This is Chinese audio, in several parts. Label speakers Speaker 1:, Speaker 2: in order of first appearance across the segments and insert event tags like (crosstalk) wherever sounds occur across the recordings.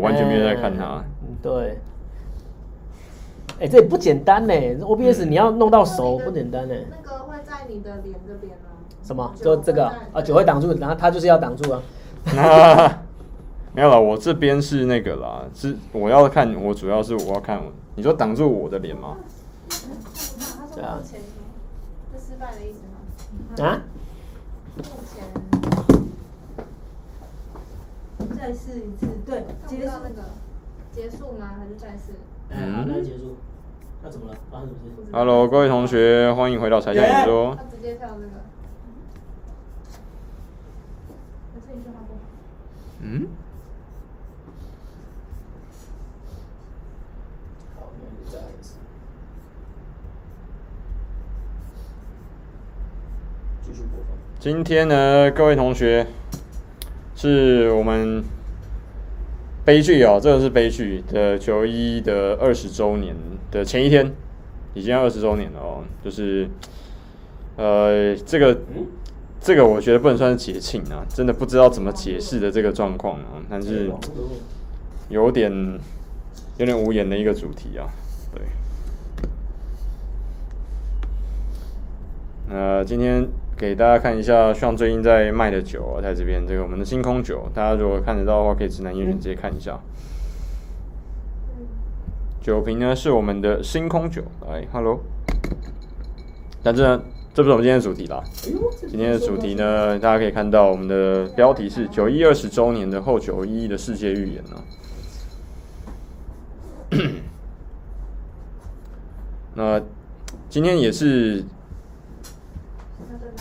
Speaker 1: 完全没有在看它。
Speaker 2: 对。哎、这也不简单呢，OBS 你要弄到熟不简单呢。欸
Speaker 3: 那个会在你的脸这边哦。
Speaker 2: 什么？就这个啊啊，酒会挡住，然后它就是要挡住啊。
Speaker 1: 那 (laughs) 没有了，我这边是那个啦，是我要看，我主要是我要看，你说挡住我的脸吗？
Speaker 3: 他说
Speaker 2: 对啊
Speaker 3: 目前是失败的意思吗？
Speaker 2: 啊？
Speaker 3: 目前
Speaker 4: 再试一次，对，
Speaker 3: 看
Speaker 4: 结
Speaker 3: 不
Speaker 4: 束
Speaker 3: 到那个结束吗？还是再试？
Speaker 4: 哎
Speaker 1: 好那就结
Speaker 2: 束。那怎么了？发生什么
Speaker 3: 不知道
Speaker 1: Hello，各位同学，欢迎回到柴酱演说
Speaker 3: 他。直接跳这个。嗯那这一句话不好。
Speaker 1: 嗯，
Speaker 2: 好，那就再来一次。继续播放。
Speaker 1: 今天呢，各位同学，是我们悲剧哦，这个是悲剧的九一的二十周年的前一天，已经二十周年了哦，就是呃，这个这个我觉得不能算是节庆啊，真的不知道怎么解释的这个状况啊，但
Speaker 2: 哎
Speaker 1: 是有点有点无言的一个主题啊，对。呃，今天给大家看一下，像最近在卖的酒啊，在这边这个我们的星空酒，大家如果看得到的话，可以指南严选直接看一下。酒瓶呢是我们的星空酒，来，Hello。但这这不是我们今天的主题啦，今天的主题呢，大家可以看到我们的标题是“九一二十周年的后九一的世界预言”呢。那今天也是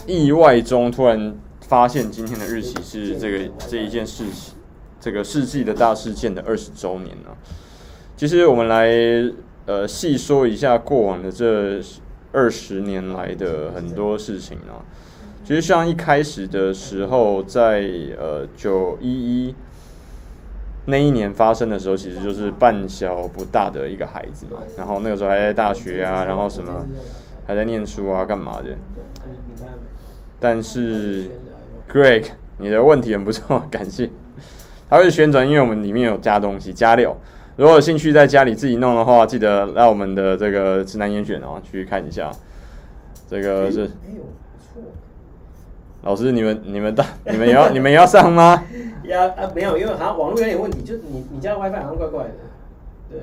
Speaker 1: 意外中突然发现今天的日期是这个这一件事情，这个世纪的大事件的二十周年呢、其实我们来呃细说一下过往的这二十年来的很多事情啊。其实像一开始的时候，在呃九一一那一年发生的时候，其实就是半小不大的一个孩子嘛，然后那个时候还在大学啊，然后什么还在念书啊，干嘛的。但是 Greg，你的问题很不错，感谢。它会旋转，因为我们里面有加东西加料。如果有兴趣在家里自己弄的话，记得让我们的这个指南严选哦去看一下。这个是
Speaker 2: 哎呦，不错。
Speaker 1: 老师，你们你们到你们也要你们也要上吗？
Speaker 2: 呀啊，没有，因为好像网络有点问题，就你你家的 WiFi 好像怪怪的。对。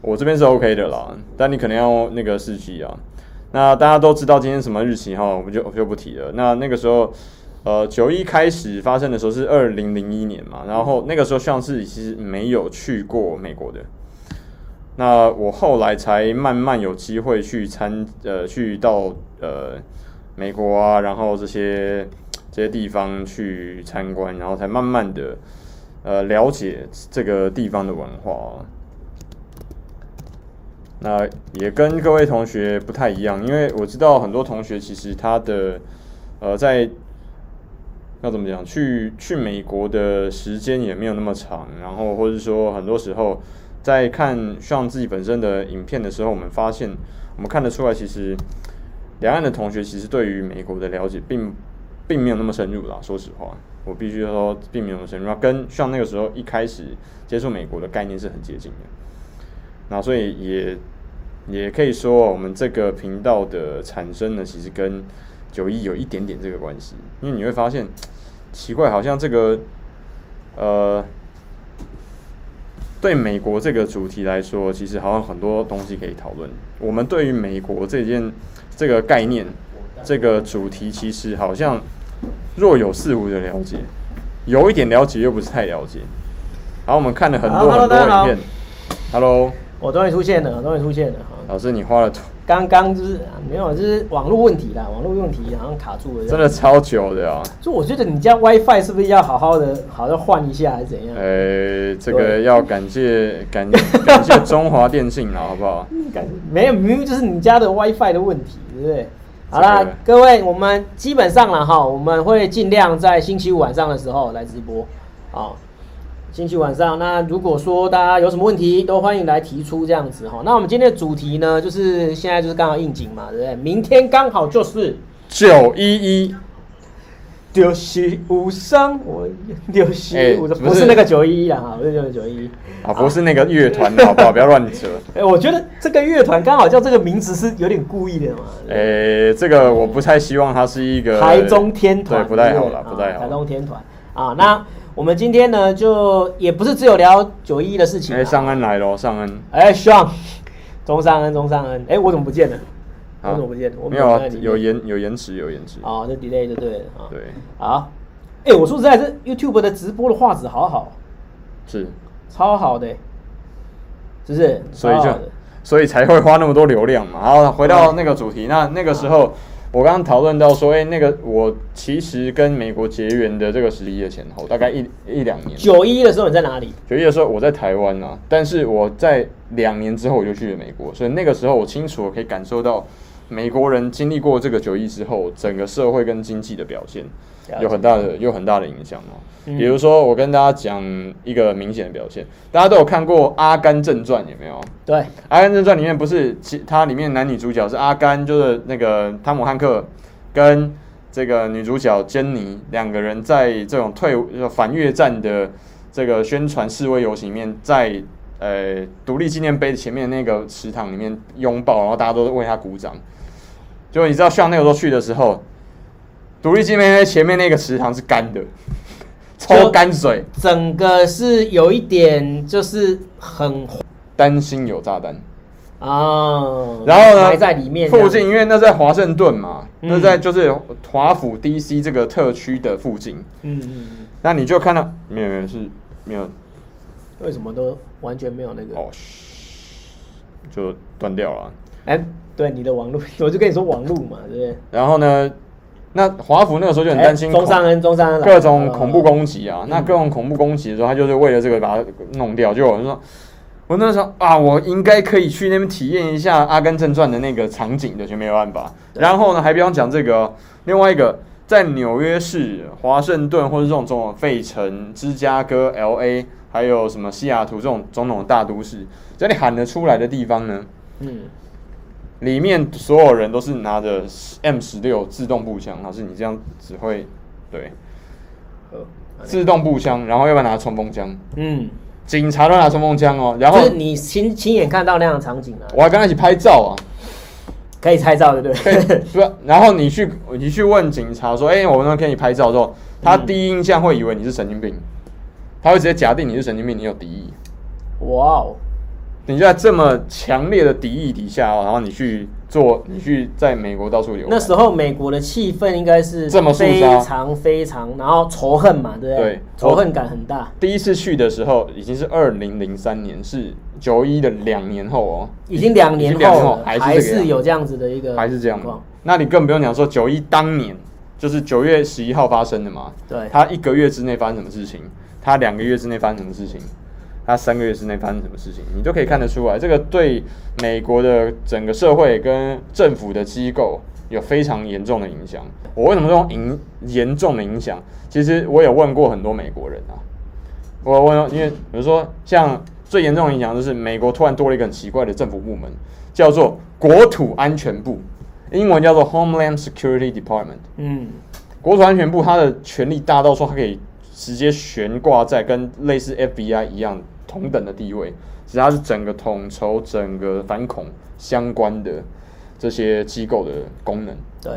Speaker 1: 我这边是 OK 的啦，但你可能要那个四 G 啊。那大家都知道今天什么日期哈，我们就我就不提了。那那个时候，呃，九一开始发生的时候是二零零一年嘛，然后那个时候像是其实没有去过美国的。那我后来才慢慢有机会去参呃去到呃美国啊，然后这些这些地方去参观，然后才慢慢的呃了解这个地方的文化啊、那也跟各位同学不太一样，因为我知道很多同学其实他的呃在要怎么讲，去去美国的时间也没有那么长，然后或者说很多时候在看像自己本身的影片的时候，我们发现我们看得出来，其实两岸的同学其实对于美国的了解并并没有那么深入啦。说实话，我必须说并没有那么深入，那跟像那个时候一开始接触美国的概念是很接近的。那所以也也可以说，我们这个频道的产生呢，其实跟九一有一点点这个关系，因为你会发现奇怪，好像这个呃，对美国这个主题来说，其实好像很多东西可以讨论。我们对于美国这件这个概念、这个主题，其实好像若有似无的了解，有一点了解又不是太了解。然后我们看了很
Speaker 2: 好
Speaker 1: 多
Speaker 2: 啊，Hello，
Speaker 1: 很多
Speaker 2: 大家好
Speaker 1: 影片，Hello。
Speaker 2: 我哦终于出现了，我终于出现了。好
Speaker 1: 老师，你花了多
Speaker 2: 刚刚就是啊没有，就是网络问题啦，网络问题好像卡住了。
Speaker 1: 真的，超久的啊！
Speaker 2: 就我觉得你家 WiFi 是不是要好好的，好好换一下，还是怎样？嗯
Speaker 1: 呃，这个要感谢感感谢中华电信了，好不好？
Speaker 2: 感觉没有，明明就是你家的 WiFi 的问题，对不对？好啦
Speaker 1: 这个，
Speaker 2: 各位，我们基本上了哈，我们会尽量在星期五晚上的时候来直播，好，星期五晚上。那如果说大家有什么问题，都欢迎来提出这样子哈。那我们今天的主题呢，就是现在就是刚好应景嘛，对不对？明天刚好就是
Speaker 1: 九一一
Speaker 2: 丢西无伤，我丢西
Speaker 1: 哎
Speaker 2: 无伤，
Speaker 1: 不
Speaker 2: 不是
Speaker 1: 是
Speaker 2: 那个九一一啦，哈，不是那个九一一。
Speaker 1: 啊，不是那个乐团的好不好？不要乱
Speaker 2: (laughs)
Speaker 1: 扯。
Speaker 2: 哎、我觉得这个乐团刚好叫这个名字是有点故意的嘛。
Speaker 1: 诶、这个我不太希望它是一个
Speaker 2: 台中天团，
Speaker 1: 对，不太好
Speaker 2: 对
Speaker 1: 了，
Speaker 2: 对
Speaker 1: 不太
Speaker 2: 啊
Speaker 1: 好
Speaker 2: 台。中天团啊，那我们今天呢，就也不是只有聊九一一的事情
Speaker 1: 哎、
Speaker 2: 啊。
Speaker 1: 上恩来喽，上恩。
Speaker 2: 哎、上，钟尚恩，钟尚恩，哎、我怎么不见了？我怎么不见了？我
Speaker 1: 没有
Speaker 2: 好
Speaker 1: 啊
Speaker 2: 像在，里面
Speaker 1: 有延有延迟，有延迟。
Speaker 2: 哦，这 delay 就对了啊。
Speaker 1: 对，
Speaker 2: 好，哎、我说实在，这 YouTube 的直播的画质好好，
Speaker 1: 是，
Speaker 2: 超好的、是不是？
Speaker 1: 所以
Speaker 2: 超
Speaker 1: 就
Speaker 2: 好的
Speaker 1: 所以才会花那么多流量嘛。然后回
Speaker 2: 嗯
Speaker 1: 到那个主题，那那个时候我刚刚讨论到说，哎、那个我其实跟美国结缘的这个十一的前后，大概一一两年。
Speaker 2: 九一的时候你在哪里？
Speaker 1: 九一的时候我在台湾啊，但是我在两年之后我就去了美国，所以那个时候我清楚地可以感受到美国人经历过这个九一之后，整个社会跟经济的表现
Speaker 2: 了解
Speaker 1: 有很大的有很大的影响哦。
Speaker 2: 嗯
Speaker 1: 比如说，我跟大家讲一个明显的表现，大家都有看过《阿甘正传》有没有？
Speaker 2: 对，
Speaker 1: 《阿甘正传》里面不是其它里面男女主角是阿甘，就是那个汤姆汉克跟这个女主角珍妮两个人在这种退伍呃反越战的这个宣传示威游行里面，在呃独立纪念碑前面那个池塘里面拥抱，然后大家都为他鼓掌。结果你知道，像那个时候去的时候，独立纪念碑前面那个池塘是干的， (laughs) 超干水，
Speaker 2: 整个是有一点就是很
Speaker 1: 担心有炸弹。
Speaker 2: 啊，
Speaker 1: 然后呢，
Speaker 2: 埋在里面这样
Speaker 1: 附近，因为那在华盛顿嘛，
Speaker 2: 嗯
Speaker 1: 那在就是华府 DC 这个特区的附近，
Speaker 2: 嗯嗯，嗯
Speaker 1: 那你就看到没有没有是没有
Speaker 2: 为什么都完全没有那个？
Speaker 1: 哦，嘘就断掉了。
Speaker 2: 哎、对你的网络， (laughs) 我就跟你说网络嘛，对不对？
Speaker 1: 然后呢，那华府那个时候就很
Speaker 2: 哎
Speaker 1: 担心
Speaker 2: 中上恩，中上恩来啊哦
Speaker 1: 各
Speaker 2: 了
Speaker 1: 种恐怖攻击啊，那各种恐怖攻击的时候，他就是为了这个把它弄掉。就有人说，我那时候啊，我应该可以去那边体验一下《阿甘正传》的那个场景的，就没有办法。然后呢，还不用讲这个哦，另外一个在纽约市、华盛顿或者这种种费城、芝加哥、L A，还有什么西雅图这种种种大都市，只要你喊得出来的地方呢，
Speaker 2: 嗯，
Speaker 1: 里面所有人都是拿着 M 十六自动步枪，老师你这样只会对。哦
Speaker 2: 好
Speaker 1: 自动步枪，然后要不然拿冲锋枪，
Speaker 2: 嗯，
Speaker 1: 警察都拿冲锋枪哦。然后
Speaker 2: 就是你亲亲眼看到那样的场景啊，
Speaker 1: 我还跟他一起拍
Speaker 2: (laughs)
Speaker 1: 照啊，
Speaker 2: 可以拍照，对不
Speaker 1: 可以
Speaker 2: 对？
Speaker 1: 对吧？然后你去你去问警察说，哎、我们能跟你拍照之后，他
Speaker 2: 嗯
Speaker 1: 第一印象会以为你是神经病，他会直接假定你是神经病，你有敌意。
Speaker 2: (laughs) 哇哦，
Speaker 1: 你就在这么强烈的敌意底下、哦，然后你去做，你去在美国到处游。
Speaker 2: 那时候美国的气氛应该是
Speaker 1: 这么肃
Speaker 2: 非
Speaker 1: 杀
Speaker 2: 常非常，然后仇恨嘛，对不对？
Speaker 1: 对
Speaker 2: 仇恨感很大，
Speaker 1: 第一次去的时候已经是二零零三年，是九一的两年后哦，
Speaker 2: 已经两年
Speaker 1: 已
Speaker 2: 后
Speaker 1: 经两年后
Speaker 2: 了
Speaker 1: 还是这个
Speaker 2: 还
Speaker 1: 样
Speaker 2: 是有这样子的一个
Speaker 1: 还是这样
Speaker 2: 情况。
Speaker 1: 那你更不用讲说九一当年就是九月十一号发生的嘛，
Speaker 2: 对
Speaker 1: 他一个月之内发生什么事情，他两个月之内发生什么事情，他三个月之内发生什么事情，你都可以看得出来，这个对美国的整个社会跟政府的机构有非常严重的影响。我为什么说影严重的影响？其实我有问过很多美国人啊，我问，因为比如说像最严重的影响就是美国突然多了一个很奇怪的政府部门，叫做国土安全部，英文叫做 Homeland Security Department。
Speaker 2: 嗯，
Speaker 1: 国土安全部它的权力大到说，它可以直接悬挂在跟类似 FBI 一样同等的地位，其实它是整个统筹整个反恐相关的这些机构的功能，
Speaker 2: 对。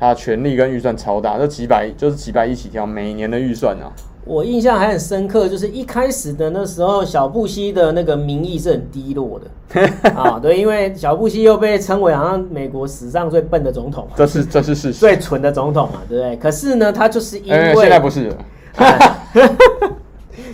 Speaker 1: 它的权力跟预算超大，这几百就是几百亿起跳，每年的预算啊，
Speaker 2: 我印象还很深刻，就是一开始的那时候，小布希的那个民意是很低落
Speaker 1: (laughs)
Speaker 2: 的啊，对，因为小布希又被称为好像美国史上最笨的总统，
Speaker 1: 这是这是事实。
Speaker 2: 最蠢的总统嘛，对不对？可是呢，他就是因
Speaker 1: 哎、
Speaker 2: 为
Speaker 1: 现在不是了， (laughs)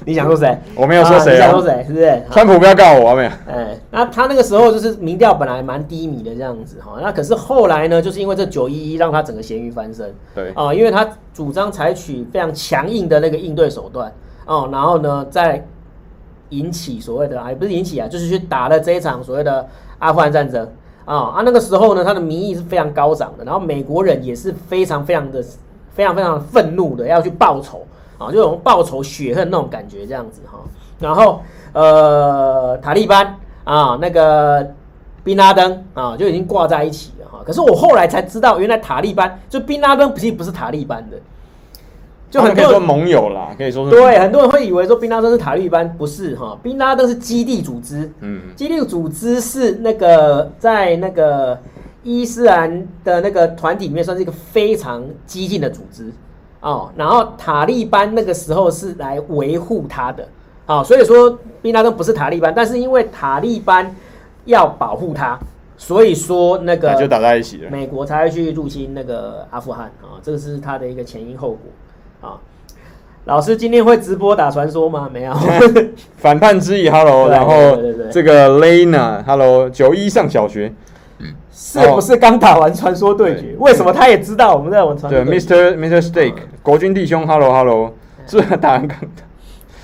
Speaker 2: 你想说谁？
Speaker 1: 我没有说谁
Speaker 2: 啊你
Speaker 1: 啊
Speaker 2: 想说谁？是不是？
Speaker 1: 川普不要告我啊，没有。
Speaker 2: 哎，那他那个时候就是民调本来蛮低迷的这样子哈，那可是后来呢，就是因为这九一一让他整个咸鱼翻身，
Speaker 1: 对
Speaker 2: 啊、因为他主张采取非常强硬的那个应对手段哦，然后呢，再引起所谓的啊，也不是引起啊，就是去打了这一场所谓的阿富汗战争啊、啊，那个时候呢，他的民意是非常高涨的，然后美国人也是非常非常的非常非常愤怒的要去报仇啊，就有种报仇雪恨那种感觉这样子哈、然后呃，塔利班啊，那个宾拉登啊，就已经挂在一起了哈。可是我后来才知道，原来塔利班就宾拉登其实不是塔利班的，就很
Speaker 1: 他们可以
Speaker 2: 多
Speaker 1: 说
Speaker 2: 人
Speaker 1: 盟友啦，可以说是
Speaker 2: 对，啊很多人会以为说宾拉登是塔利班，不是哈，宾拉登是基地组织，
Speaker 1: 嗯
Speaker 2: 基地组织是那个在那个伊斯兰的那个团体里面算是一个非常激进的组织哦。然后塔利班那个时候是来维护他的，哦，所以说宾拉登不是塔利班，但是因为塔利班要保护他，所以说那个
Speaker 1: 那就打在一起了。
Speaker 2: 美国才会去入侵那个阿富汗啊、这个是它的一个前因后果啊。老师今天会直播打传说吗？没
Speaker 1: (laughs)
Speaker 2: 有，
Speaker 1: 反叛之翼，Hello，
Speaker 2: 对
Speaker 1: 然后
Speaker 2: 对对对
Speaker 1: 这个 Lena，Hello，九一上小学，
Speaker 2: 是不是刚打完传说对决？
Speaker 1: 哦对
Speaker 2: 为什么他也知道我们在玩传
Speaker 1: 对
Speaker 2: 说对啊决？
Speaker 1: ，Mr. Mr. Steak，国军弟兄，Hello，Hello，是不是打完刚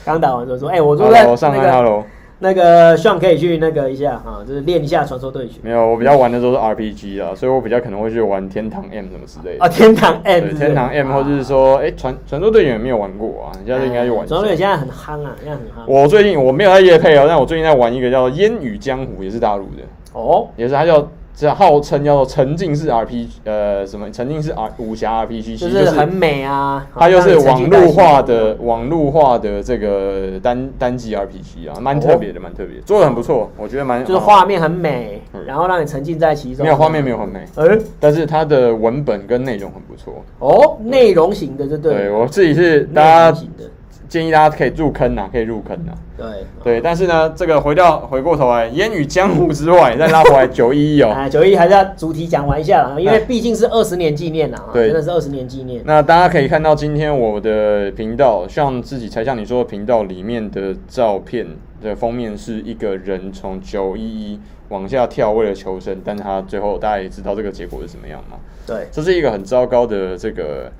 Speaker 2: 刚打完传说，哎、我就在
Speaker 1: ，Hello，上
Speaker 2: 那
Speaker 1: 岸
Speaker 2: 个
Speaker 1: ，Hello，
Speaker 2: 那个 Sean 可以去那个一下啊，就是练一下传说对决
Speaker 1: 没有，我比较玩的都是 RPG 啊，所以我比较可能会去玩天堂 M 什么之类
Speaker 2: 啊，
Speaker 1: 的。
Speaker 2: 天堂 M，
Speaker 1: 对，
Speaker 2: 是不是啊
Speaker 1: 天堂 M，或者是说，哎，传传说对决有没有玩过啊？你下次应该去玩
Speaker 2: 哎
Speaker 1: 一
Speaker 2: 传说对决
Speaker 1: 下。
Speaker 2: 现在很夯啊，现在很夯
Speaker 1: 我最近我没有在夜配哦，但我最近在玩一个叫《烟雨江湖》，也是大陆的，
Speaker 2: 哦。
Speaker 1: 也是它叫。这号称叫做沉浸式 RPG，呃，什么沉浸式 R 武侠 RPG，其
Speaker 2: 就
Speaker 1: 实
Speaker 2: 是很美啊，
Speaker 1: 它就是网络
Speaker 2: 络
Speaker 1: 化的网络化的这个单单机 RPG 啊，蛮特别的，蛮特别的，做的很不错，我觉得蛮
Speaker 2: 哦就是画面很美，然后让你沉浸在其中。
Speaker 1: 嗯没有画面没有很美，
Speaker 2: 哎、
Speaker 1: 但是它的文本跟内容很不错。
Speaker 2: 哦，内容型的就对了，
Speaker 1: 对我自己是大
Speaker 2: 内
Speaker 1: 家
Speaker 2: 容型的，
Speaker 1: 建议大家可以入坑呐、啊，可以入坑呐、啊。
Speaker 2: 对哦
Speaker 1: 对，但是呢，这个回到回过头来，烟雨江湖之外，再拉回来九一一哦。
Speaker 2: 哎，九一还是要主题讲完一下啦，因为
Speaker 1: 哎
Speaker 2: 毕竟是二十年纪念啦，
Speaker 1: 对
Speaker 2: 真的是二十年纪念。
Speaker 1: 那大家可以看到，今天我的频道，像自己才像你说的频道里面的照片的封面是一个人从九一一往下跳，为了求生，但他最后大家也知道这个结果是怎么样嘛？
Speaker 2: 对，
Speaker 1: 这是一个很糟糕的这个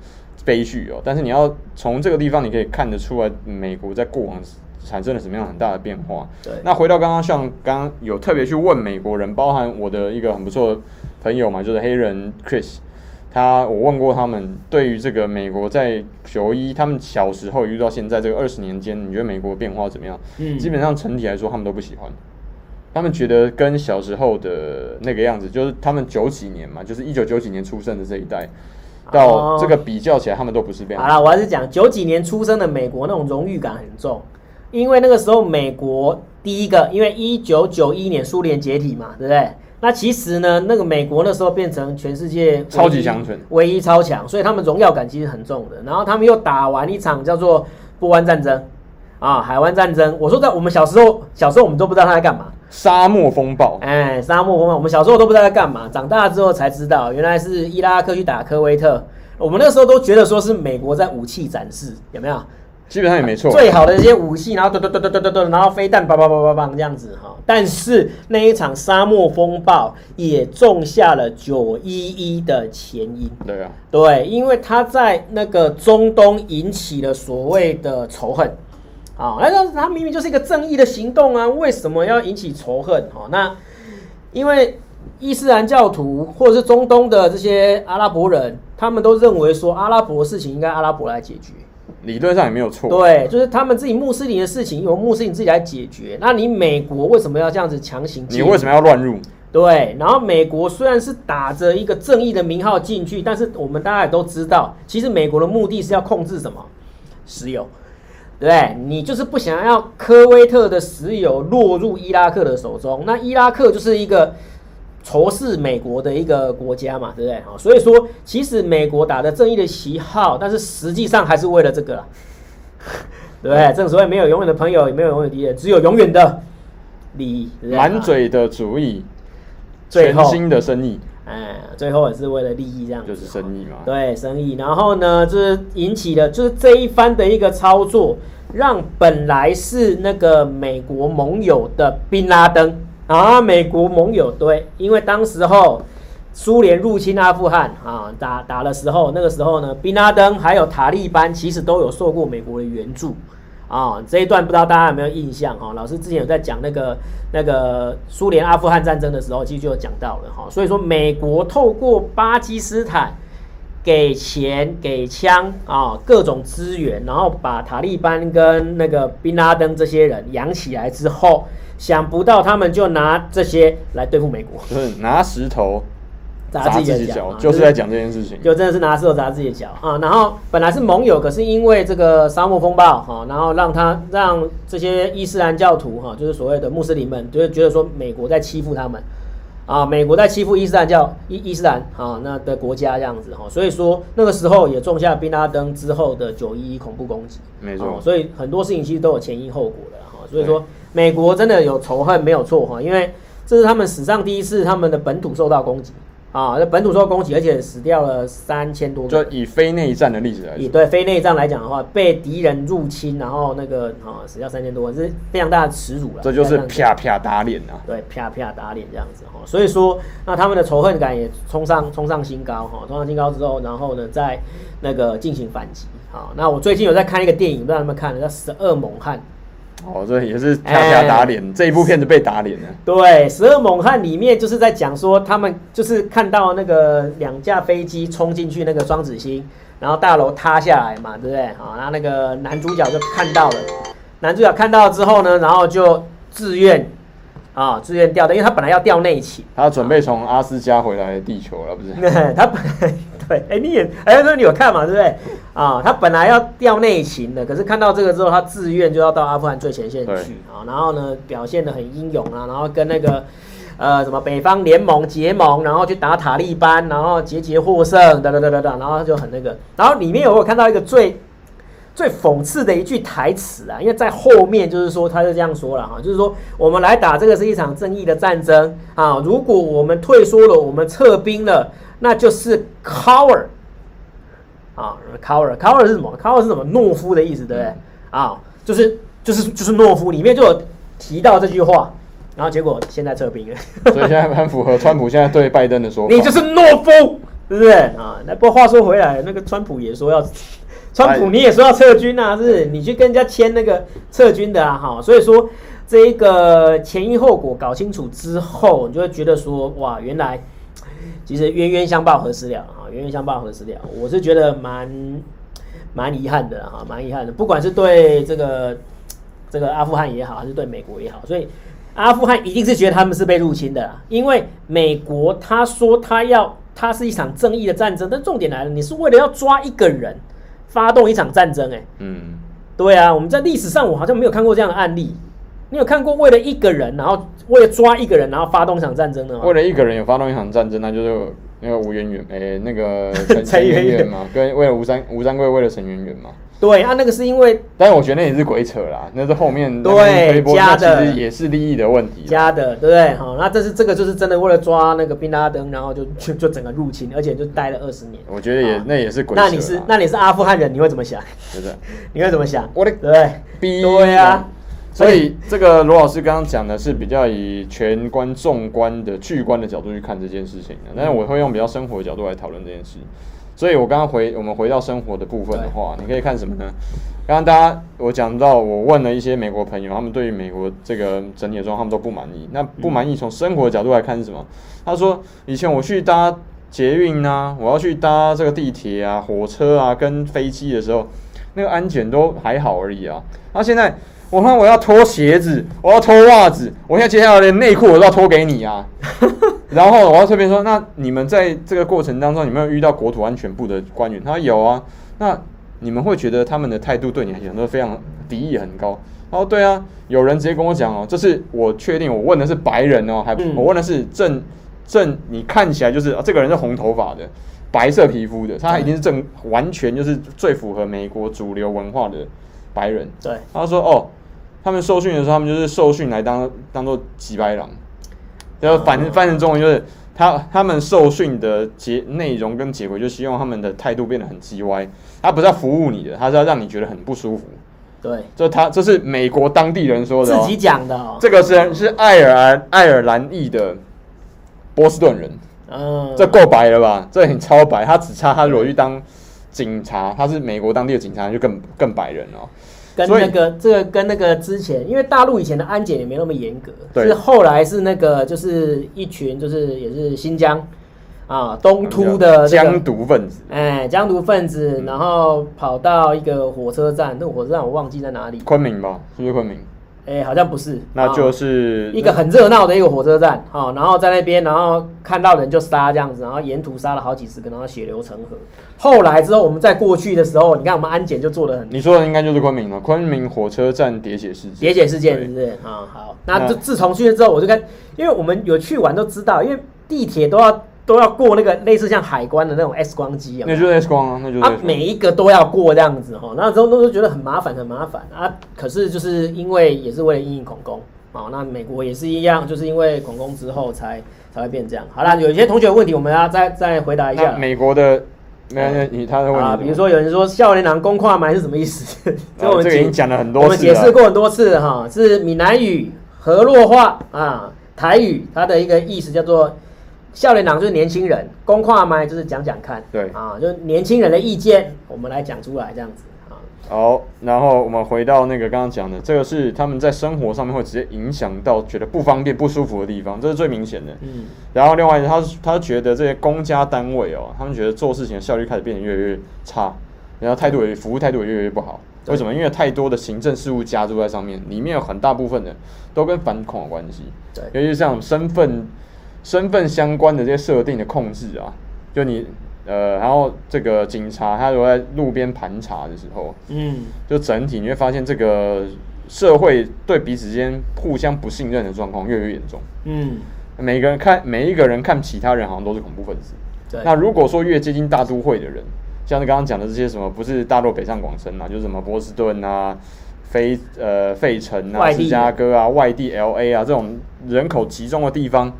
Speaker 1: 悲剧哦。但是你要从这个地方，你可以看得出来，美国在过往产生了什么样很大的变化。
Speaker 2: 对
Speaker 1: 那回到刚刚，像刚刚有特别去问美国人，包含我的一个很不错的朋友嘛，就是黑人 Chris。他，我问过他们，对于这个美国在九一，他们小时候一直到现在这个二十年间，你觉得美国变化怎么样？
Speaker 2: 嗯
Speaker 1: 基本上整体来说，他们都不喜欢。他们觉得跟小时候的那个样子，就是他们九几年嘛，就是一九九几年出生的这一代，
Speaker 2: 哦
Speaker 1: 到这个比较起来，他们都不是这
Speaker 2: 好
Speaker 1: 样。
Speaker 2: 啦，我还是讲九几年出生的美国那种荣誉感很重，因为那个时候美国第一个，因为一九九一年苏联解体嘛，对不对？那其实呢，那个美国那时候变成全世界唯一
Speaker 1: 超级强权
Speaker 2: 唯一超强，所以他们荣耀感其实很重的。然后他们又打完一场叫做波湾战争啊，海湾战争。我说在我们小时候，小时候我们都不知道他在干嘛，
Speaker 1: 沙漠风暴，
Speaker 2: 哎，沙漠风暴，我们小时候都不知道在干嘛，长大之后才知道，原来是伊拉克去打科威特。我们那时候都觉得说是美国在武器展示，有没有？
Speaker 1: 基本上也没错。
Speaker 2: 最好的这些武器，然后嘟嘟嘟嘟嘟嘟嘟，然后飞弹叭叭叭叭叭这样子哈。但是那一场沙漠风暴也种下了九一一的前因。
Speaker 1: 对啊，
Speaker 2: 对，因为他在那个中东引起了所谓的仇恨，啊、那那他明明就是一个正义的行动啊，为什么要引起仇恨？哦，那因为伊斯兰教徒或者是中东的这些阿拉伯人，他们都认为说阿拉伯事情应该阿拉伯来解决，
Speaker 1: 理论上也没有错。
Speaker 2: 对，就是他们自己穆斯林的事情由穆斯林自己来解决。那你美国为什么要这样子强行介
Speaker 1: 你
Speaker 2: 入？
Speaker 1: 为什么要乱入？
Speaker 2: 对，然后美国虽然是打着一个正义的名号进去，但是我们大家也都知道，其实美国的目的是要控制什么？石油，对不对？你就是不想要科威特的石油落入伊拉克的手中，那伊拉克就是一个仇视美国的一个国家嘛，对不对？好，所以说其实美国打着正义的旗号，但是实际上还是为了这个啦， (laughs) 对不对？正所谓没有永远的朋友，也没有永远的敌人，只有永远的利益，对不对
Speaker 1: 满嘴的主意，
Speaker 2: 最
Speaker 1: 全
Speaker 2: 后
Speaker 1: 新的生意
Speaker 2: 哎，最后也是为了利益这样子哦
Speaker 1: 就是生意嘛。
Speaker 2: 对生意，然后呢，就是引起了就是这一番的一个操作，让本来是那个美国盟友的宾拉登啊，美国盟友对，因为当时候苏联入侵阿富汗啊，打打的时候，那个时候呢，宾拉登还有塔利班其实都有受过美国的援助。啊、这一段不知道大家有没有印象哈、哦？老师之前有在讲那个那个苏联阿富汗战争的时候，其实就有讲到了哈、所以说，美国透过巴基斯坦给钱、给枪啊、各种资源，然后把塔利班跟那个宾拉登这些人养起来之后，想不到他们就拿这些来对付美国。
Speaker 1: 就是拿石头
Speaker 2: 砸自己的脚
Speaker 1: 脚，
Speaker 2: 啊
Speaker 1: 就是在讲这件事情。
Speaker 2: 就真的是拿石头砸自己的脚啊。然后本来是盟友，可是因为这个沙漠风暴哈、啊，然后让他让这些伊斯兰教徒哈、啊，就是所谓的穆斯林们，就是觉得说美国在欺负他们啊，美国在欺负伊斯兰教伊伊斯兰啊那的国家这样子哈、所以说那个时候也种下宾拉登之后的九一一恐怖攻击，
Speaker 1: 没错
Speaker 2: 啊所以很多事情其实都有前因后果的啦哈、所以说美国真的有仇恨没有错哈、因为这是他们史上第一次他们的本土受到攻击。啊，那本土受攻击，而且死掉了三千多个
Speaker 1: 就
Speaker 2: 人。
Speaker 1: 以非内战的例子来
Speaker 2: 以
Speaker 1: 说，
Speaker 2: 对非内战来讲的话，被敌人入侵，然后那个啊死掉三千多人，这是非常大的耻辱了。
Speaker 1: 这就是
Speaker 2: 非常大的
Speaker 1: 啪啪打脸啊！
Speaker 2: 对啪啪打脸这样子哈、哦，所以说那他们的仇恨感也冲上冲上新高哈、哦，冲上新高之后，然后呢再那个进行反击啊、那我最近有在看一个电影，不知道你们有没有看，叫《十二猛汉》。
Speaker 1: 哦，这也是啪
Speaker 2: 哎
Speaker 1: 啪打脸，这一部片子被打脸了。
Speaker 2: 对，《十二猛汉》里面就是在讲说，他们就是看到那个两架飞机冲进去那个双子星，然后大楼塌下来嘛，对不对？好，然后那个男主角就看到了，男主角看到之后呢，然后就自愿啊，自愿掉的，因为他本来要掉内勤，
Speaker 1: 他准备从阿斯加回来地球了，不是？
Speaker 2: (laughs) 他本来对，哎、你也哎，那、你有看嘛，对不对？啊，他本来要调内勤的，可是看到这个之后，他自愿就要到阿富汗最前线
Speaker 1: 对
Speaker 2: 去啊，然后呢，表现的很英勇啊，然后跟那个呃什么北方联盟结盟，然后去打塔利班，然后节节获胜，等等等等等，然后他就很那个，然后里面有我有看到一个最最讽刺的一句台词啊，因为在后面就是说，他就这样说了哈，就是说我们来打这个是一场正义的战争啊，如果我们退缩了，我们撤兵了，那就是 coward 啊，coward coward 是什么？coward 是什么？懦夫的意思，对不对？啊，就是就是就是懦夫，里面就有提到这句话，然后结果现在撤兵了。
Speaker 1: 所以现在蛮符合川普现在对拜登的说法。
Speaker 2: (laughs) 你就是懦夫，对不对啊？那不过话说回来，那个川普也说要，川普你也说要撤军啊，是不是你去跟人家签那个撤军的啊，哈，所以说这一个前因后果搞清楚之后，你就会觉得说，哇，原来其实冤冤相报何时了啊，冤冤相报何时了？我是觉得蛮蛮遗憾的啊，蛮遗憾的，不管是对这个这个阿富汗也好，还是对美国也好，所以阿富汗一定是觉得他们是被入侵的啦，因为美国他说他要他是一场正义的战争，但重点来了，你是为了要抓一个人发动一场战争、欸，
Speaker 1: 嗯，
Speaker 2: 对啊，我们在历史上我好像没有看过这样的案例，你有看过为了一个人，然后为了抓一个人，然后发动一场战争的吗
Speaker 1: 为？了一个人有发动一场战争，那就是那个吴媛媛，哎、那个陈
Speaker 2: (laughs) 陈
Speaker 1: 陈
Speaker 2: 圆
Speaker 1: 圆
Speaker 2: 圆
Speaker 1: 圆嘛，跟为了吴三吴三桂，为了陈圆圆嘛。
Speaker 2: 对啊，那个是因为
Speaker 1: 但是我觉得那也是鬼扯啦，那是后面
Speaker 2: 对
Speaker 1: 那边推波，
Speaker 2: 加
Speaker 1: 那
Speaker 2: 的
Speaker 1: 其实也是利益的问题啦。
Speaker 2: 加的，对不对？好，那这是这个就是真的为了抓那个宾拉登，然后就 (laughs) 就就整个入侵，而且就待了二十年。
Speaker 1: 我觉得也、
Speaker 2: 啊
Speaker 1: 那也是鬼扯啦。
Speaker 2: 那你是那你是阿富汗人，你会怎么想？ (laughs)
Speaker 1: 真的
Speaker 2: 你会怎么想？
Speaker 1: 我的
Speaker 2: 对不对？
Speaker 1: 逼
Speaker 2: 对啊
Speaker 1: 所以这个罗老师刚刚讲的是比较以全观、纵观的、巨观的角度去看这件事情的，但是我会用比较生活的角度来讨论这件事。所以我刚刚回我们回到生活的部分的话，你可以看什么呢？刚刚大家我讲到，我问了一些美国朋友，他们对于美国这个整体的状况他们都不满意。那不满意从生活的角度来看是什么？他说以前我去搭捷运啊，我要去搭这个地铁啊、火车啊、跟飞机的时候，那个安检都还好而已啊。那现在我看我要脱鞋子，我要脱袜子，我现在接下来连内裤我都要脱给你啊。 (laughs) 然后我要特别说，那你们在这个过程当中，有没有遇到国土安全部的官员？他说有啊。那你们会觉得他们的态度对你来讲都非常敌意很高。哦，对啊，有人直接跟我讲哦，这是我确定我问的是白人哦，还、
Speaker 2: 嗯
Speaker 1: 我问的是正正，你看起来就是、啊这个人是红头发的，白色皮肤的，他已经是正完全就是最符合美国主流文化的白人。
Speaker 2: 对，
Speaker 1: 他说哦，他们受训的时候，他们就是受训来当当做几白狼，
Speaker 2: 哦
Speaker 1: 然后反正翻成中文就是他他们受训的结内容跟结果，就希望他们的态度变得很叽歪。他不是要服务你的，他是要让你觉得很不舒服。
Speaker 2: 对，
Speaker 1: 这他这是美国当地人说的、哦，
Speaker 2: 自己讲的、哦。
Speaker 1: 这个是是爱尔兰爱尔兰裔的波士顿人，
Speaker 2: 嗯，
Speaker 1: 这够白了吧？这很超白，他只差他如果去当警察，他是美国当地的警察，就更更白人哦。
Speaker 2: 跟
Speaker 1: 所以
Speaker 2: 那个这个跟那个之前，因为大陆以前的安检也没那么严格，
Speaker 1: 对
Speaker 2: 是后来是那个就是一群就是也是新疆啊东突的、这个
Speaker 1: 疆独分子。
Speaker 2: 哎疆独分子，然后跑到一个火车站，那个火车站我忘记在哪里，
Speaker 1: 昆明吧，是不是昆明？
Speaker 2: 哎、哎，好像不是，
Speaker 1: 那
Speaker 2: 啊
Speaker 1: 就是
Speaker 2: 一个很热闹的一个火车站，哦，然后在那边，然后看到人就杀这样子，然后沿途杀了好几十个，然后血流成河。后来之后，我们在过去的时候，你看我们安检就做的很
Speaker 1: 你说的应该就是昆明了，昆明火车站喋血事件。
Speaker 2: 别解事件，是
Speaker 1: 对
Speaker 2: 不是？啊、好，那
Speaker 1: 那
Speaker 2: 自自从去了之后，我就看，因为我们有去玩都知道，因为地铁都要都要过那个类似像海关的那种 X 光机有没
Speaker 1: 那
Speaker 2: 有
Speaker 1: 就是 X 光啊，那就是
Speaker 2: 啊
Speaker 1: X，光
Speaker 2: 每一个都要过这样子哈，那时候都是觉得很麻烦，很麻烦啊。可是就是因为也是为了因应恐攻哦，那美国也是一样，就是因为恐攻之后才才会变这样。好啦，有一些同学的问题，我们要再再回答一
Speaker 1: 那
Speaker 2: 下
Speaker 1: 美国的，没有你他的问
Speaker 2: 哎啊。
Speaker 1: 题，
Speaker 2: 比如说有人说少年郎公跨埋是什么意思？
Speaker 1: 啊，
Speaker 2: 我
Speaker 1: (laughs) 这
Speaker 2: 们
Speaker 1: 个已
Speaker 2: 解
Speaker 1: 经讲了很
Speaker 2: 我
Speaker 1: 多
Speaker 2: 们
Speaker 1: 次
Speaker 2: 解
Speaker 1: 了。
Speaker 2: 释过很多次哈，是闽南语河洛话啊，台语它的一个意思叫做“笑脸郎”，就是年轻人；公跨麦就是讲讲看，
Speaker 1: 对
Speaker 2: 啊，就是年轻人的意见，我们来讲出来这样子啊。
Speaker 1: 好，然后我们回到那个刚刚讲的，这个是他们在生活上面会直接影响到觉得不方便、不舒服的地方，这是最明显的。
Speaker 2: 嗯，
Speaker 1: 然后另外他他觉得这些公家单位哦，他们觉得做事情的效率开始变得越来越差，然后态度也服务态度也越来越不好。为什么？因为太多的行政事务加注在上面，里面有很大部分的都跟反恐有关系，
Speaker 2: 对
Speaker 1: 尤其是像身份身份相关的这些设定的控制啊，就你呃，然后这个警察他如果在路边盘查的时候，
Speaker 2: 嗯，
Speaker 1: 就整体你会发现这个社会对彼此之间互相不信任的状况越来越严重。
Speaker 2: 嗯，
Speaker 1: 每个人看每一个人看其他人好像都是恐怖分子。
Speaker 2: 对，
Speaker 1: 那如果说越接近大都会的人，像是刚刚讲的这些什么，不是大陆北上广深啊，就是什么波士顿啊、非呃费城啊、
Speaker 2: 外地
Speaker 1: 芝加哥啊、外地 L A 啊这种人口集中的地方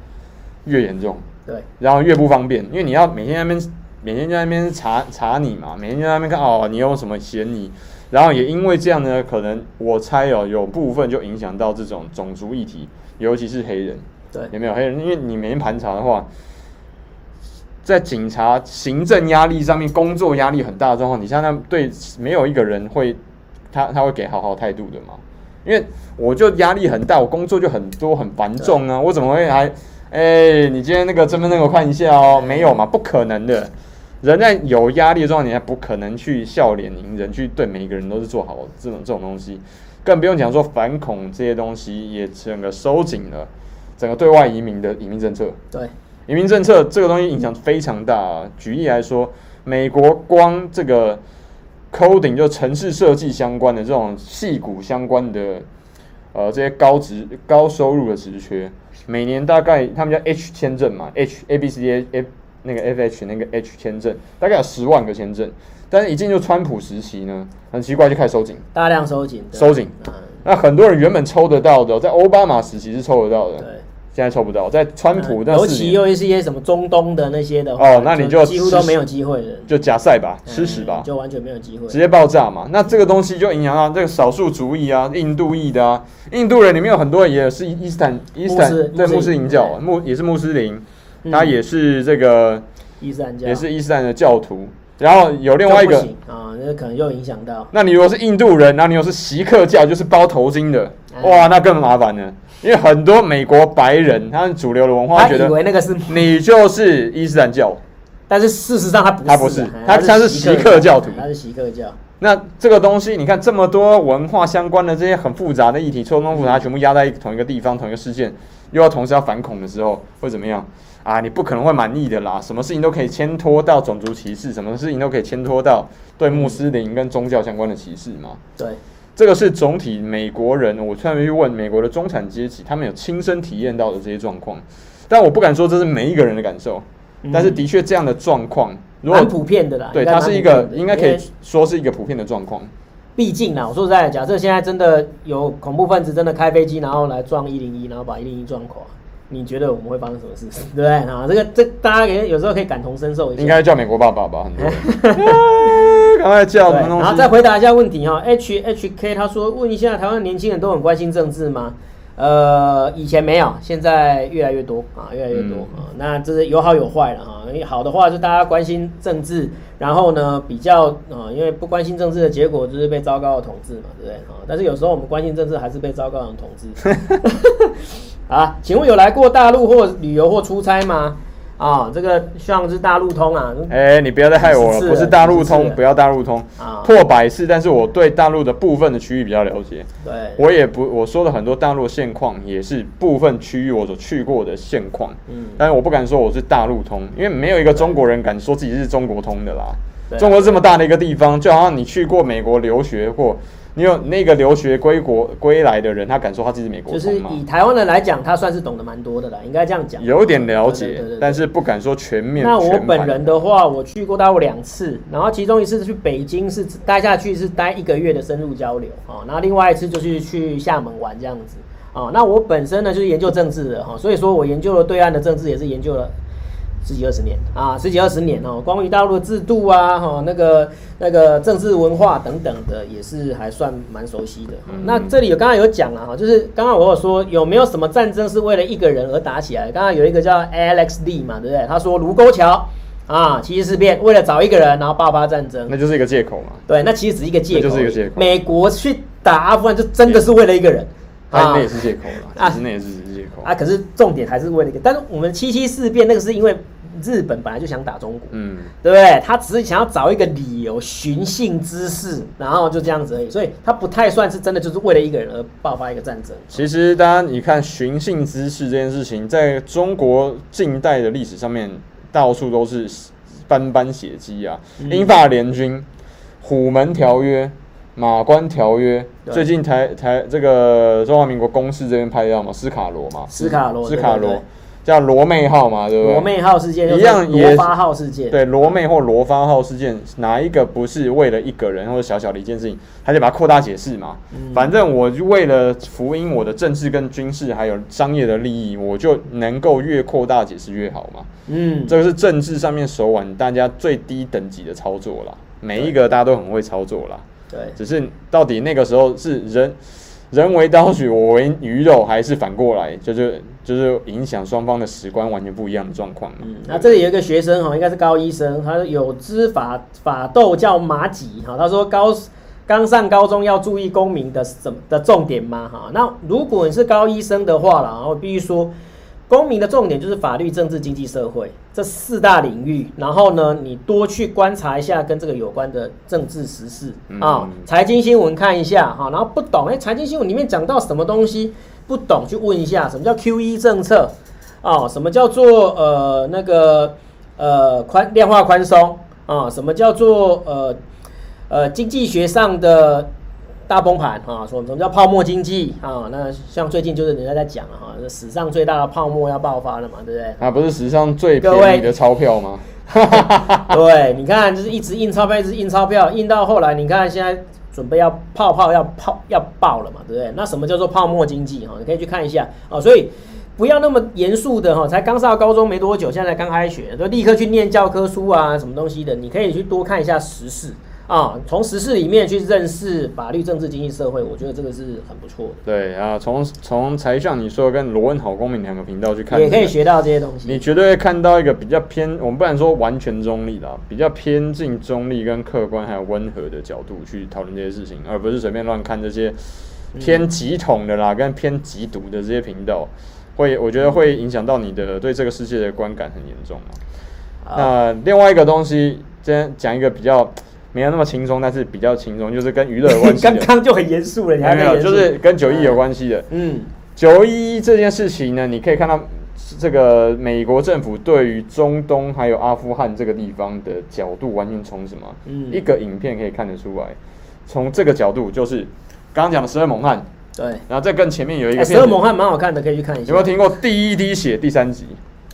Speaker 1: 越严重，
Speaker 2: 对，
Speaker 1: 然后越不方便，因为你要每天在那边每天在那边查查你嘛，每天在那边看哦你有什么嫌疑，然后也因为这样呢，可能我猜哦有部分就影响到这种种族议题，尤其是黑人。
Speaker 2: 对，
Speaker 1: 有没有黑人？因为你每天盘查的话，在警察行政压力上面，工作压力很大的状况，你像那对没有一个人会他他会给好好态度的嘛？因为我就压力很大，我工作就很多很繁重啊，我怎么会还哎、你今天那个身份证给我看一下哦，没有嘛？不可能的。人在有压力的状况，你还不可能去笑脸迎人，去对每一个人都是做好这种这种东西，更不用讲说反恐这些东西也整个收紧了，整个对外移民的移民政策，
Speaker 2: 对，
Speaker 1: 移民政策这个东西影响非常大、啊。举例来说，美国光这个 coding 就城市设计相关的这种细骨相关的呃这些高职高收入的职缺，每年大概他们叫 H 签证嘛，H A B C D A F 那个 F H 那个 H 签证，大概有十万个签证。但是一进入川普时期呢，很奇怪就开始收紧。
Speaker 2: 大量收紧，对啊
Speaker 1: 收紧，那很多人原本抽得到的哦，在奥巴马时期是抽得到
Speaker 2: 嗯，
Speaker 1: 的，
Speaker 2: 对。
Speaker 1: 现在抽不到。在川普那
Speaker 2: 尤
Speaker 1: 四
Speaker 2: 其
Speaker 1: 年
Speaker 2: 又是一些什么中东的那些的话
Speaker 1: 哦那你就
Speaker 2: 几乎都没有机会了，
Speaker 1: 就夹赛吧，吃屎
Speaker 2: 嗯
Speaker 1: 吧，
Speaker 2: 就完全没有机会
Speaker 1: 直。接爆炸嘛。那这个东西就影响到这个少数族裔啊，印度裔的啊，印度人里面有很多人也是伊斯坦伊斯
Speaker 2: 穆斯
Speaker 1: 坦对穆
Speaker 2: 穆斯林
Speaker 1: 斯林教穆也是穆斯林，
Speaker 2: 嗯
Speaker 1: 他也是这个
Speaker 2: 伊斯兰教
Speaker 1: 也是伊斯兰的教徒。然后有另外一
Speaker 2: 就
Speaker 1: 个
Speaker 2: 不，行啊，那可能又影响到。
Speaker 1: 那你如果是印度人，然后你又是锡克教，就是包头巾的，
Speaker 2: 嗯
Speaker 1: 哇，那更麻烦了，因为很多美国白人，他们主流的文化
Speaker 2: 他
Speaker 1: 觉
Speaker 2: 以
Speaker 1: 得
Speaker 2: 为那个是，
Speaker 1: 你就是伊斯兰教，
Speaker 2: 但是事实上他不是啊，
Speaker 1: 他不是
Speaker 2: 哎
Speaker 1: 他他是锡克教徒
Speaker 2: 他是锡克教，
Speaker 1: 那这个东西，你看这么多文化相关的这些很复杂的议题，错综复杂，全部压在同一个地方、同一个事件，又要同时要反恐的时候，会怎么样啊？你不可能会满意的啦，什么事情都可以牵拖到种族歧视，什么事情都可以牵拖到对穆斯林跟宗教相关的歧视嘛。
Speaker 2: 对，
Speaker 1: 这个是总体美国人，我专门去问美国的中产阶级，他们有亲身体验到的这些状况，但我不敢说这是每一个人的感受，但是的确这样的状况，如
Speaker 2: 嗯蛮
Speaker 1: 果
Speaker 2: 普遍的啦。
Speaker 1: 对
Speaker 2: 应该
Speaker 1: 它
Speaker 2: 蛮
Speaker 1: 是一
Speaker 2: 普
Speaker 1: 个
Speaker 2: 遍的
Speaker 1: 应该可以
Speaker 2: 因为
Speaker 1: 说是一个普遍的状况。
Speaker 2: 毕竟啦，我说实在的，假设现在真的有恐怖分子真的开飞机，然后来撞一零一，然后把一零一撞垮，你觉得我们会发生什么事？ (laughs) 情？对不对啊？这个这大家也有时候可以感同身受一下。
Speaker 1: 应该叫美国爸爸吧，很多人。 (laughs) 赶快叫
Speaker 2: 对
Speaker 1: 什么东西？
Speaker 2: 然后再回答一下问题哈、h H K 他说问一下台湾的年轻人都很关心政治吗？呃，以前没有，现在越来越多啊，越来越多、
Speaker 1: 嗯
Speaker 2: 啊。那这是有好有坏了哈、因为好的话就大家关心政治，然后呢比较啊、因为不关心政治的结果就是被糟糕的统治嘛，对不对啊？但是有时候我们关心政治还是被糟糕的人统治。啊，请问有来过大陆或旅游或出差吗？啊、这个像是大陆通啊，
Speaker 1: 哎、你不要再害我
Speaker 2: 十四
Speaker 1: 了，
Speaker 2: 了
Speaker 1: 不是大陆
Speaker 2: 十四
Speaker 1: 通，
Speaker 2: 了
Speaker 1: 不要大陆通
Speaker 2: 啊，
Speaker 1: 破百次，但是我对大陆的部分的区域比较了解，
Speaker 2: 对，
Speaker 1: 我也不我说的很多大陆的现况也是部分区域我所去过的现况，
Speaker 2: 嗯
Speaker 1: 但是我不敢说我是大陆通，因为没有一个中国人敢说自己是中国通的啦
Speaker 2: 对。啊
Speaker 1: 中国这么大的一个地方，就好像你去过美国留学或你有那个留学归国归来的人，他敢说他自己是美国
Speaker 2: 就是
Speaker 1: 通吗？
Speaker 2: 以台湾人来讲，他算是懂得蛮多的啦，应该这样讲。
Speaker 1: 有点了
Speaker 2: 对对
Speaker 1: 解
Speaker 2: 对对，
Speaker 1: 但是不敢说全面。
Speaker 2: 那我
Speaker 1: 全
Speaker 2: 本
Speaker 1: 盘
Speaker 2: 人的话，我去过大陆两次，然后其中一次去北京是待下去是待一个月的深入交流哦，然后另外一次就是去厦门玩这样子哦。那我本身呢就是研究政治的哈、哦，所以说我研究了对岸的政治也是研究了。十几二十年啊，十几二十年哦，关于大陆的制度啊，哈、那个那个政治文化等等的，也是还算蛮熟悉的。
Speaker 1: 嗯
Speaker 2: 那这里有刚刚有讲了哈，就是刚刚我有说有没有什么战争是为了一个人而打起来的？刚刚有一个叫 Alex D 嘛，对不对？他说卢沟桥啊，七七事变为了找一个人，然后爆发战争
Speaker 1: 那。就是一个借口嘛。
Speaker 2: 对，那其实只是一个借口，
Speaker 1: 那就是一个借口
Speaker 2: 美国去打阿富汗就真的是为了一个人
Speaker 1: 但那也是借口啦，
Speaker 2: 啊
Speaker 1: 其实那也是只是借口
Speaker 2: 啊，可是重点还是为了一个，但是我们七七事变那个是因为日本本来就想打中国，
Speaker 1: 嗯，
Speaker 2: 对不对？他只是想要找一个理由寻衅滋事，然后就这样子而已，所以他不太算是真的就是为了一个人而爆发一个战争。
Speaker 1: 其实大家你看寻衅滋事这件事情，在中国近代的历史上面，到处都是斑斑血迹啊。
Speaker 2: 嗯
Speaker 1: 英法联军、虎门条约、马关条约，
Speaker 2: 对
Speaker 1: 最近台台这个中华民国公示这边拍到嘛，斯卡罗嘛，
Speaker 2: 斯卡罗
Speaker 1: 斯卡
Speaker 2: 对对
Speaker 1: 罗
Speaker 2: 对
Speaker 1: 叫罗妹号嘛，对不对？
Speaker 2: 罗妹号事件就是
Speaker 1: 一样也
Speaker 2: 罗发号事件，
Speaker 1: 对罗妹或罗发号事件，哪一个不是为了一个人或者小小的一件事情，他就把它扩大解释嘛？
Speaker 2: 嗯
Speaker 1: 反正我就为了福音我的政治跟军事还有商业的利益，我就能够越扩大解释越好嘛。
Speaker 2: 嗯，
Speaker 1: 这个是政治上面手腕大家最低等级的操作啦，每一个大家都很会操作啦。
Speaker 2: 对
Speaker 1: 只是到底那个时候是人人为刀俎，我为鱼肉，还是反过来，就是就是影响双方的史观完全不一样的状况嘛？
Speaker 2: 嗯，那这里有一个学生哈，应该是高一生，他有知法法斗叫马己哈，他说高刚上高中要注意公民的什么的重点吗？哈，那如果你是高一生的话啦，我必须说，公民的重点就是法律、政治、经济、社会这四大领域，然后呢，你多去观察一下跟这个有关的政治时事
Speaker 1: 嗯
Speaker 2: 啊，财经新闻看一下哈，然后不懂哎，财经新闻里面讲到什么东西不懂去问一下，什么叫 Q E 政策啊？什么叫做呃那个呃宽量化宽松啊？什么叫做呃呃经济学上的大崩盘啊，什么什么叫泡沫经济啊？那像最近就是人家在讲了哈，史上最大的泡沫要爆发了嘛，对不对？
Speaker 1: 啊，不是史上最便宜的钞票吗？
Speaker 2: 对，你看就是一直印钞票，一直印钞票，印到后来，你看现在准备要泡泡要泡要爆了嘛，对不对？那什么叫做泡沫经济哈？你可以去看一下哦，所以。不要那么严肃的哈，才刚上高中没多久，现在才刚开学，就立刻去念教科书啊，什么东西的，你可以去多看一下时事啊，从时事里面去认识法律、政治、经济、社会，我觉得这个是很不错
Speaker 1: 对啊，从从才像你说跟罗文好公民两个频道去看
Speaker 2: 的，也
Speaker 1: 这个，
Speaker 2: 可以学到这些东西。
Speaker 1: 你绝对会看到一个比较偏，我们不能说完全中立啦，比较偏近中立跟客观还有温和的角度去讨论这些事情，而不是随便乱看这些偏极统的啦、跟偏极毒的这些频道，会我觉得会影响到你的对这个世界的观感很严重啊。那另外一个东西，今天讲一个比较没有那么轻松，但是比较轻松，就是跟娱乐有关系
Speaker 2: (laughs) 刚
Speaker 1: 的。
Speaker 2: 刚就很严肃了，你
Speaker 1: 没有
Speaker 2: 还
Speaker 1: 没
Speaker 2: 在
Speaker 1: 有，
Speaker 2: 严肃
Speaker 1: 就是跟九一有关系的。
Speaker 2: 嗯，
Speaker 1: 九一这件事情呢，你可以看到这个美国政府对于中东还有阿富汗这个地方的角度完全从什么？
Speaker 2: 嗯
Speaker 1: 一个影片可以看得出来，从这个角度就是刚刚讲的十二猛汉，
Speaker 2: 对。
Speaker 1: 然后再更前面有一
Speaker 2: 哎
Speaker 1: 个
Speaker 2: 十二
Speaker 1: 片子，
Speaker 2: 猛汉蛮好看的，可以去看一下。
Speaker 1: 有没有听过《第一滴血》第三集？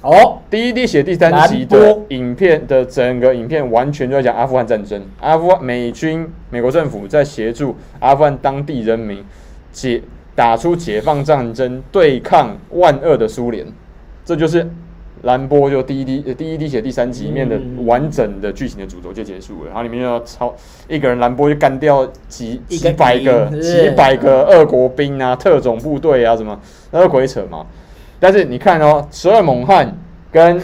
Speaker 2: 哦，
Speaker 1: 第一滴血第三集
Speaker 2: 蓝
Speaker 1: 的
Speaker 2: 波
Speaker 1: 影片的整个影片完全就在讲阿富汗战争，阿富汗美军美国政府在协助阿富汗当地人民解打出解放战争，对抗万恶的苏联，这就是蓝波就第一滴呃第一滴血第三集里面的
Speaker 2: 嗯
Speaker 1: 完整的剧情的主轴就结束了，然后里面要超一个人蓝波就干掉几
Speaker 2: 一
Speaker 1: 几
Speaker 2: 个
Speaker 1: 百个
Speaker 2: 营
Speaker 1: 几百个俄国兵啊、特种部队啊什么，那都鬼扯嘛。但是你看哦，《十二猛汉》
Speaker 2: (laughs)
Speaker 1: 跟《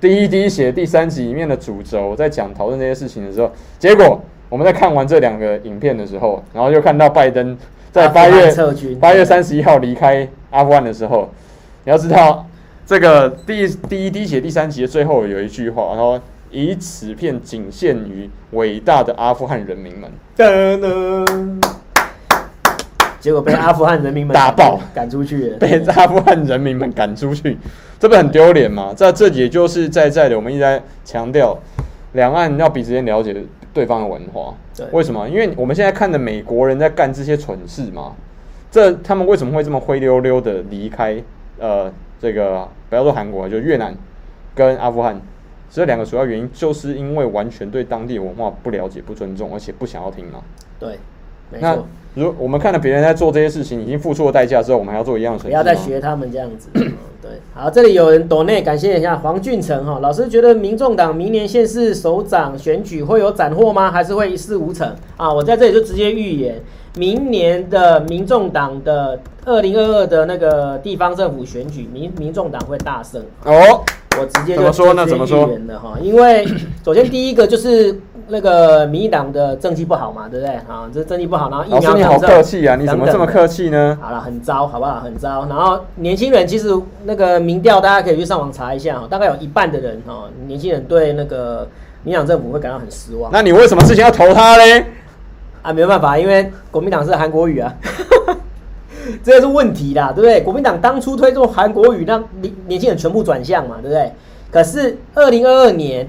Speaker 1: 第一滴血》第三集里面的主轴在讲讨论这些事情的时候，结果我们在看完这两个影片的时候，然后又看到拜登在
Speaker 2: 阿富
Speaker 1: 八
Speaker 2: 汗
Speaker 1: 月
Speaker 2: 撤军
Speaker 1: 八月三十一号离开阿富汗的时候，你要知道，这个第第一、第一节、第三节最后有一句话，然后以此片仅限于伟大的阿富汗人民们。
Speaker 2: 噔噔，结果被阿富汗人民们
Speaker 1: 打爆
Speaker 2: 赶出去了，
Speaker 1: (laughs) 被阿富汗人民们赶出去，这不很丢脸吗？这这也就是在在的，我们一直在强调，两岸要彼此间了解对方的文化
Speaker 2: 对。
Speaker 1: 为什么？因为我们现在看的美国人在干这些蠢事嘛，这他们为什么会这么灰溜溜的离开？呃，这个不要说韩国，就越南跟阿富汗。这两个主要原因，就是因为完全对当地文化不了解、不尊重，而且不想要听嘛。
Speaker 2: 对，没
Speaker 1: 那
Speaker 2: 错，
Speaker 1: 如我们看了别人在做这些事情，已经付出了代价之后，我们还要做一样的
Speaker 2: 不
Speaker 1: 蠢事
Speaker 2: 要再
Speaker 1: 吗
Speaker 2: 学他们这样子。嗯对，好，这里有人抖内感谢一下黄俊成哈，老师觉得民众党明年县市首长选举会有斩获吗？还是会一事无成啊？我在这里就直接预言，明年的民众党的二零二二的那个地方政府选举，民民众党会大胜。
Speaker 1: 哦，
Speaker 2: 我直接就
Speaker 1: 怎么说呢
Speaker 2: 直接
Speaker 1: 怎么说
Speaker 2: 预言了哈，因
Speaker 1: (coughs)
Speaker 2: 为首先第一个就是那个民进党的政绩不好嘛，对不对？啊，这政绩不好，然后疫
Speaker 1: 老
Speaker 2: 苗
Speaker 1: 哦师你好
Speaker 2: 抗
Speaker 1: 客
Speaker 2: 争
Speaker 1: 气啊，你怎么这么
Speaker 2: 等等的
Speaker 1: 客气呢？
Speaker 2: 好了，很糟，好不好？很糟。然后年轻人其实那个民调，大家可以去上网查一下哈，大概有一半的人哈，年轻人对那个民党政府会感到很失望。
Speaker 1: 那你为什么事情要投他嘞？
Speaker 2: 啊，没办法，因为国民党是韩国语啊， (laughs) 这个是问题啦，对不对？国民党当初推动韩国语，让年年轻人全部转向嘛，对不对？可是二零二二年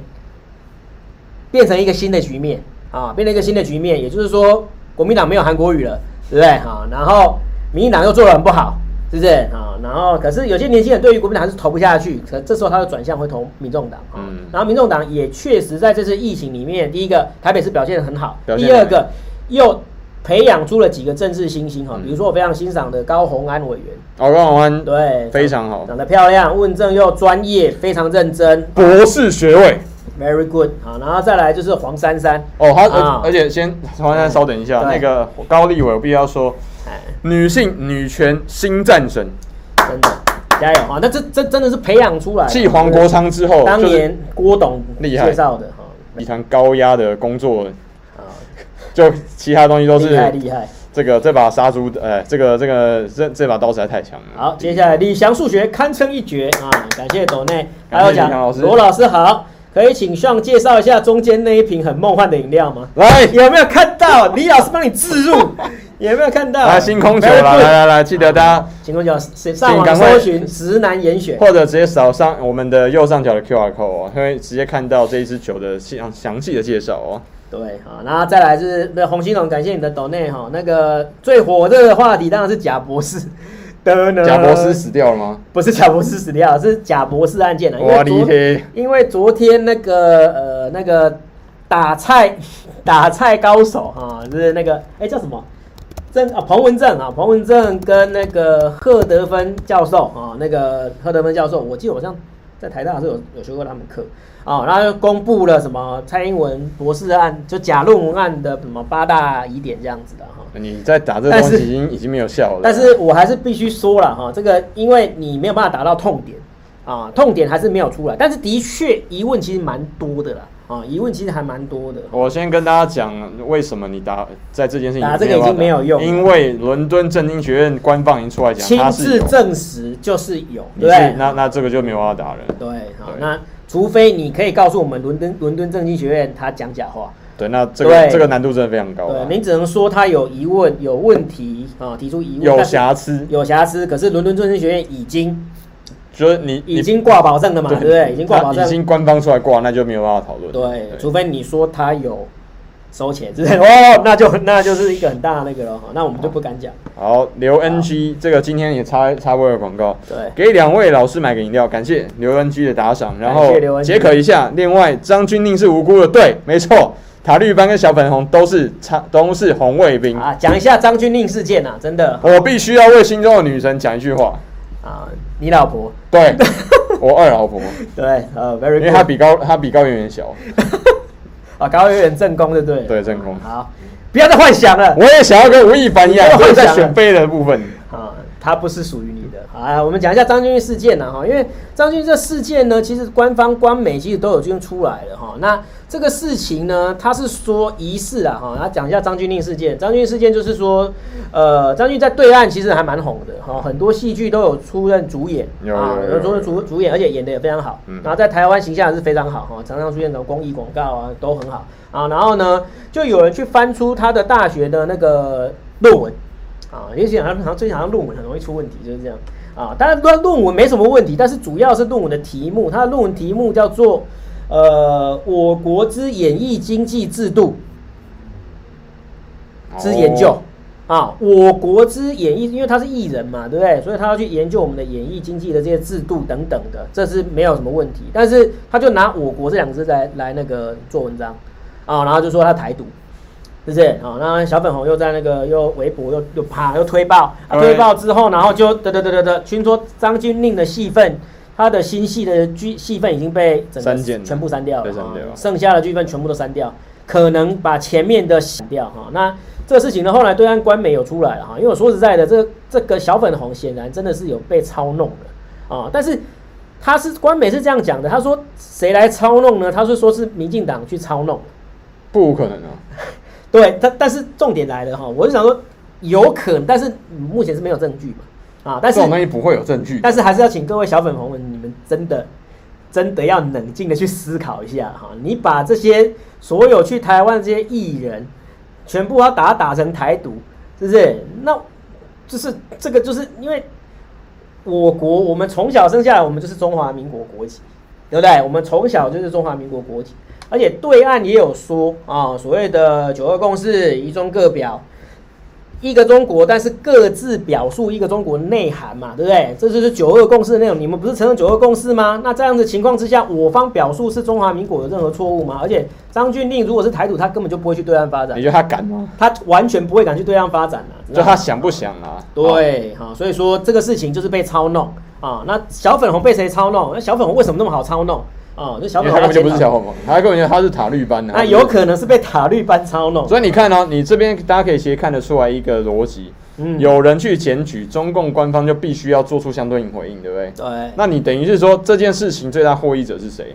Speaker 2: 变成一个新的局面啊，变成一个新的局面，也就是说国民党没有韩国语了，对不对？啊，然后民进党又做的很不好，是不是？啊，然后可是有些年轻人对于国民党还是投不下去，可这时候他就转向会投民众党啊。
Speaker 1: 嗯
Speaker 2: 然后民众党也确实在这次疫情里面，第一个台北市表现的很好，
Speaker 1: 表现
Speaker 2: 第
Speaker 1: 得
Speaker 2: 二
Speaker 1: 很
Speaker 2: 个又培养出了几个政治新星哈，
Speaker 1: 嗯
Speaker 2: 比如说我非常欣赏的高虹安委员，
Speaker 1: 敖高宏安
Speaker 2: 对，
Speaker 1: 非常好
Speaker 2: 长，得漂亮，问政又专业，非常认真
Speaker 1: 博士学位
Speaker 2: ，very good 啊，然后再来就是黄珊珊，
Speaker 1: 哦，他而
Speaker 2: 啊
Speaker 1: 而且先黄先生稍等一下，
Speaker 2: 对
Speaker 1: 那个高立伟我必须要说，
Speaker 2: 哎，
Speaker 1: 女性女权新战神，
Speaker 2: 真的加油啊！那这这真的是培养出来的，
Speaker 1: 继黄国昌之后，
Speaker 2: 当
Speaker 1: 就是
Speaker 2: 年郭董
Speaker 1: 厉害
Speaker 2: 介绍的哈，
Speaker 1: 集团高压的工作，
Speaker 2: 啊，
Speaker 1: (laughs) 就其他东西都
Speaker 2: 厉害
Speaker 1: 是
Speaker 2: 厉害。
Speaker 1: 这个这把杀猪，呃，这个这个这这把刀实在太强了。
Speaker 2: 好，接下来李翔数学堪称一绝啊！感谢斗内，
Speaker 1: 感
Speaker 2: 还
Speaker 1: 谢
Speaker 2: 有
Speaker 1: 李翔老
Speaker 2: 讲
Speaker 1: 师
Speaker 2: 罗老师好，可以请上介绍一下中间那一瓶很梦幻的饮料吗？
Speaker 1: 来
Speaker 2: (laughs) 有没有看到李老师帮你置入？
Speaker 1: (laughs)
Speaker 2: 有没有看到？
Speaker 1: 来啊星空球啦，
Speaker 2: Very good
Speaker 1: 来来来，记得大家。
Speaker 2: 星空酒上
Speaker 1: 赶
Speaker 2: 网
Speaker 1: 快
Speaker 2: 搜寻直男严选，
Speaker 1: 或者直接扫上我们的右上角的 QR code 哦，会直接看到这一支酒的详详细的介绍哦。
Speaker 2: 对，好，啊然后再来是那洪兴龙，感谢你的抖内哈。那个最火热的话题当然是贾博士，
Speaker 1: 贾
Speaker 2: 贾
Speaker 1: 博士死掉了吗？
Speaker 2: 不是贾博士死掉，是贾博士案件啊了。因
Speaker 1: 我
Speaker 2: 为
Speaker 1: 离
Speaker 2: 昨
Speaker 1: 黑
Speaker 2: 因为昨天那个呃那个打菜 (laughs) 打菜高手啊，就是那个哎叫什么郑啊彭文正啊彭文正跟那个赫德芬教授啊那个赫德芬教授，我记得我好像在台大的时候有有学过他们课啊，然后就公布了什么蔡英文博士案，就假论文案的什么八大疑点这样子的啊哈、
Speaker 1: 你在打这个
Speaker 2: 但
Speaker 1: 东
Speaker 2: 是
Speaker 1: 西已经已经没有效了。
Speaker 2: 但是我还是必须说了哈，这个因为你没有办法达到痛点啊，痛点还是没有出来，但是的确疑问其实蛮多的啦啊，疑问其实还蛮多的。
Speaker 1: 我先跟大家讲，为什么你打在这件事情
Speaker 2: 打这个已经没有用了
Speaker 1: 因为伦敦政经学院官方已经出来讲，
Speaker 2: 亲
Speaker 1: 他是
Speaker 2: 自
Speaker 1: 有，
Speaker 2: 证实就是有，
Speaker 1: 你
Speaker 2: 对不
Speaker 1: 是
Speaker 2: 对？
Speaker 1: 那那这个就没有办法打了。
Speaker 2: 对，好
Speaker 1: 对，
Speaker 2: 那除非你可以告诉我们伦敦伦敦政经学院他讲假话，
Speaker 1: 对，那这个
Speaker 2: 对
Speaker 1: 这个难度真的非常高啊，
Speaker 2: 对，你只能说他有疑问、有问题啊，提出疑问，
Speaker 1: 有
Speaker 2: 但是
Speaker 1: 瑕疵，
Speaker 2: 有瑕疵，可是伦敦政经学院已经
Speaker 1: 就是你
Speaker 2: 已经挂保证了嘛，对不对？已经挂保
Speaker 1: 他已
Speaker 2: 证，
Speaker 1: 经官方出来挂，那就没有办法讨论。
Speaker 2: 对，除非你说他有收钱之类的，哦，那就那就是一个很大的那个了哈，那我们就不敢讲。
Speaker 1: 好，刘 NG 这个今天也插插播了广告，
Speaker 2: 对
Speaker 1: 给两位老师买个饮料，感谢刘 NG 的打赏，然
Speaker 2: 感
Speaker 1: 后
Speaker 2: 谢刘 NG
Speaker 1: 解渴一下。另外，张君令是无辜的，对，没错，塔绿班跟小粉红都是插都是红卫兵。
Speaker 2: 啊，讲一下张君令事件啊，真的
Speaker 1: 我必须要为心中的女神讲一句话，
Speaker 2: 啊，你老婆 (laughs)
Speaker 1: 对我二老婆，
Speaker 2: 对呃
Speaker 1: 因
Speaker 2: ，very
Speaker 1: 为她
Speaker 2: good
Speaker 1: 比高她比高圆圆
Speaker 2: (laughs)
Speaker 1: 小，
Speaker 2: 啊，高圆圆正宫对不对？
Speaker 1: 对，正宫。
Speaker 2: 好，不要再幻想了 (laughs)
Speaker 1: 我也想要跟吴亦凡一样，
Speaker 2: 你
Speaker 1: 就
Speaker 2: 又
Speaker 1: 是在
Speaker 2: 想
Speaker 1: 选妃的部分。
Speaker 2: 啊，他不是属于你的，的啊。我们讲一下张君玉事件呢、哈，因为张君玉这事件呢，其实官方官媒其实都有就出来了哈。那这个事情呢，他是说疑似啊哈，他讲一下张君令事件。张君令事件就是说，呃，张君在对岸其实还蛮红的哈，很多戏剧都有出任主演
Speaker 1: 有
Speaker 2: 啊，
Speaker 1: 有有
Speaker 2: 出任主主演，而且演的也非常好。
Speaker 1: 嗯
Speaker 2: 然后在台湾形象也是非常好哈，哦常常出现的公益广告啊都很好啊。然后呢，就有人去翻出他的大学的那个论文啊，也许好像好像最近好像论文很容易出问题，就是这样啊。当然，论论文没什么问题，但是主要是论文的题目，他的论文题目叫做呃我国之演艺经济制度之研究。
Speaker 1: 哦
Speaker 2: 啊，我国之演艺，因为他是艺人嘛，对不对？所以他要去研究我们的演艺经济的这些制度等等的，这是没有什么问题。但是他就拿“我国”这两个字来来那个做文章啊，然后就说他台独，是不是？啊，那小粉红又在那个又微博又又啪又推爆，啊、
Speaker 1: 对
Speaker 2: 推爆之后，然后就得得得得得，听说张钧甯的戏份，他的新戏的剧戏份已经被整个
Speaker 1: 删减了
Speaker 2: 全部删掉了，
Speaker 1: 被删掉
Speaker 2: 啊剩下的剧份全部都删掉，可能把前面的洗掉哈、那这个事情呢，后来对岸官媒有出来了哈、因为我说实在的，这这个小粉红显然真的是有被操弄的啊、但是他是官媒是这样讲的，他说谁来操弄呢？他是说是民进党去操弄。
Speaker 1: 不可能啊！
Speaker 2: 对，但但是重点来了哈，我就想说有可能，但是目前是没有证据嘛啊，但
Speaker 1: 这
Speaker 2: 是
Speaker 1: 种东西不会有证据。
Speaker 2: 但是还是要请各位小粉红们，你们真的真的要冷静的去思考一下哈，你把这些所有去台湾这些艺人全部要打打成台独，是不是？那就是这个就是因为我国我们从小生下来，我们就是中华民国国籍，对不对？我们从小就是中华民国国籍，而且对岸也有说啊、所谓的九二共识、一中各表。一个中国，但是各自表述一个中国内涵嘛，对不对？这就是九二共识的内容。你们不是承认九二共识吗？那这样的情况之下，我方表述是中华民国有任何错误吗？而且张俊令如果是台独，他根本就不会去对岸发展啊
Speaker 1: 你，觉得他敢吗？
Speaker 2: 他完全不会敢去对岸发展啊。知
Speaker 1: 就
Speaker 2: 道吗
Speaker 1: 他想不想啊？
Speaker 2: 对，哈、所以说这个事情就是被操弄啊。那小粉红被谁操弄？那小粉红为什么那么好操弄啊？就小
Speaker 1: 因为
Speaker 2: 粉
Speaker 1: 他
Speaker 2: 红
Speaker 1: 根本就不是
Speaker 2: 要检讨
Speaker 1: 小，红红，他根本就他是塔绿班的、啊。
Speaker 2: 那有可能是被塔绿班操弄。
Speaker 1: 所以你看哦，你这边大家可以其实看得出来一个逻辑，
Speaker 2: 嗯
Speaker 1: 有人去检举，中共官方就必须要做出相对应回应，对不对？
Speaker 2: 对，
Speaker 1: 那你等于是说这件事情最大获益者是谁？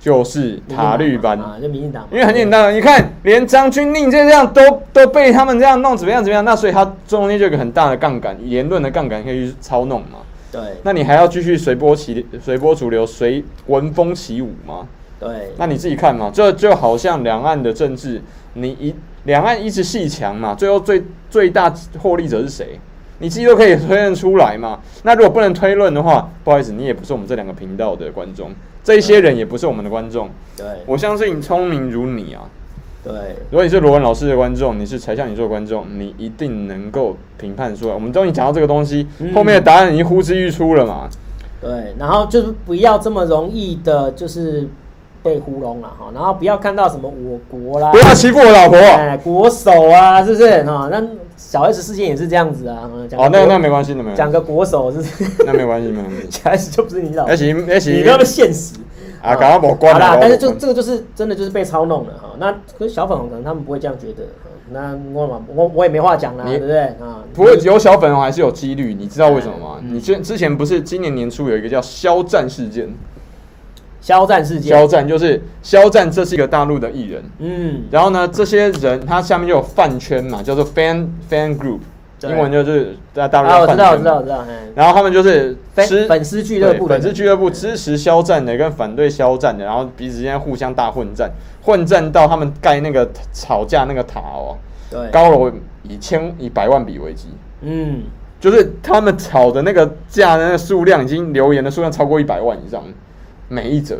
Speaker 1: 就是塔绿班，
Speaker 2: 啊，就民进党嘛，
Speaker 1: 因为很简单，你看连张军令这样都都被他们这样弄，怎么样怎么样？那所以他中间就有一个很大的杠杆，言论的杠杆可以去操弄嘛。
Speaker 2: 对
Speaker 1: 那你还要继续随波起随波逐流，随文风起舞吗？
Speaker 2: 对
Speaker 1: 那你自己看嘛，这就好像两岸的政治，你一两岸一直戏强嘛，最后最最大获利者是谁？你自己都可以推论出来嘛。那如果不能推论的话，不好意思，你也不是我们这两个频道的观众，这一些人也不是我们的观众。
Speaker 2: 对
Speaker 1: 我相信聪明如你啊，
Speaker 2: 对。
Speaker 1: 如果你是罗文老师的观众，你是才向你做的观众，你一定能够评判出来。我们终于讲到这个东西，
Speaker 2: 嗯
Speaker 1: 后面的答案已经呼之欲出了嘛。
Speaker 2: 对，然后就是不要这么容易的，就是被糊弄了哈，然后不要看到什么我国啦，
Speaker 1: 不要欺负我老婆。
Speaker 2: 哎国手啊，是不是哈？那小 S 事件也是这样子啊，讲
Speaker 1: 哦，那个
Speaker 2: 国
Speaker 1: 那个没关系，那没
Speaker 2: 讲
Speaker 1: 关系，
Speaker 2: 个国手是不是？ (laughs)
Speaker 1: 那没关系，没关系。
Speaker 2: 小 S 就不是你老婆
Speaker 1: 而，且而且
Speaker 2: 你那么现实
Speaker 1: 啊，赶快抹关
Speaker 2: 好
Speaker 1: 了
Speaker 2: 啦，。但
Speaker 1: 赶快
Speaker 2: 是就
Speaker 1: 抹
Speaker 2: 这个就是真的就是被操弄了哈。那可是小粉红可能他们不会这样觉得，哈那我嘛我我也没话讲啦，
Speaker 1: 你
Speaker 2: 对不对啊？
Speaker 1: 不过有小粉红还是有几率，你知道为什么吗？
Speaker 2: 嗯嗯
Speaker 1: 你之之前不是今年年初有一个叫肖战事件，
Speaker 2: 肖战事件，
Speaker 1: 肖战就是肖战，这是一个大陆的艺人，
Speaker 2: 嗯，
Speaker 1: 然后呢，这些人他下面就有饭圈嘛，叫做 fan fan group，
Speaker 2: 对
Speaker 1: 英文就是在大陆
Speaker 2: 啊，
Speaker 1: 叫
Speaker 2: 我
Speaker 1: 饭
Speaker 2: 知
Speaker 1: 圈
Speaker 2: 道
Speaker 1: 嘛
Speaker 2: 我知道我知道，哎，
Speaker 1: 然后他们就是
Speaker 2: 粉
Speaker 1: 支
Speaker 2: 粉丝俱乐部
Speaker 1: 对粉
Speaker 2: 的
Speaker 1: 丝俱乐部支持肖战的跟反对肖战的，然后彼此之间互相大混战，混战到他们盖那个吵架那个塔哦，
Speaker 2: 对，
Speaker 1: 高楼以千以百万笔为基，
Speaker 2: 嗯。
Speaker 1: 就是他们炒的那个价的那个数量已经留言的数量超过一百万以上，每一折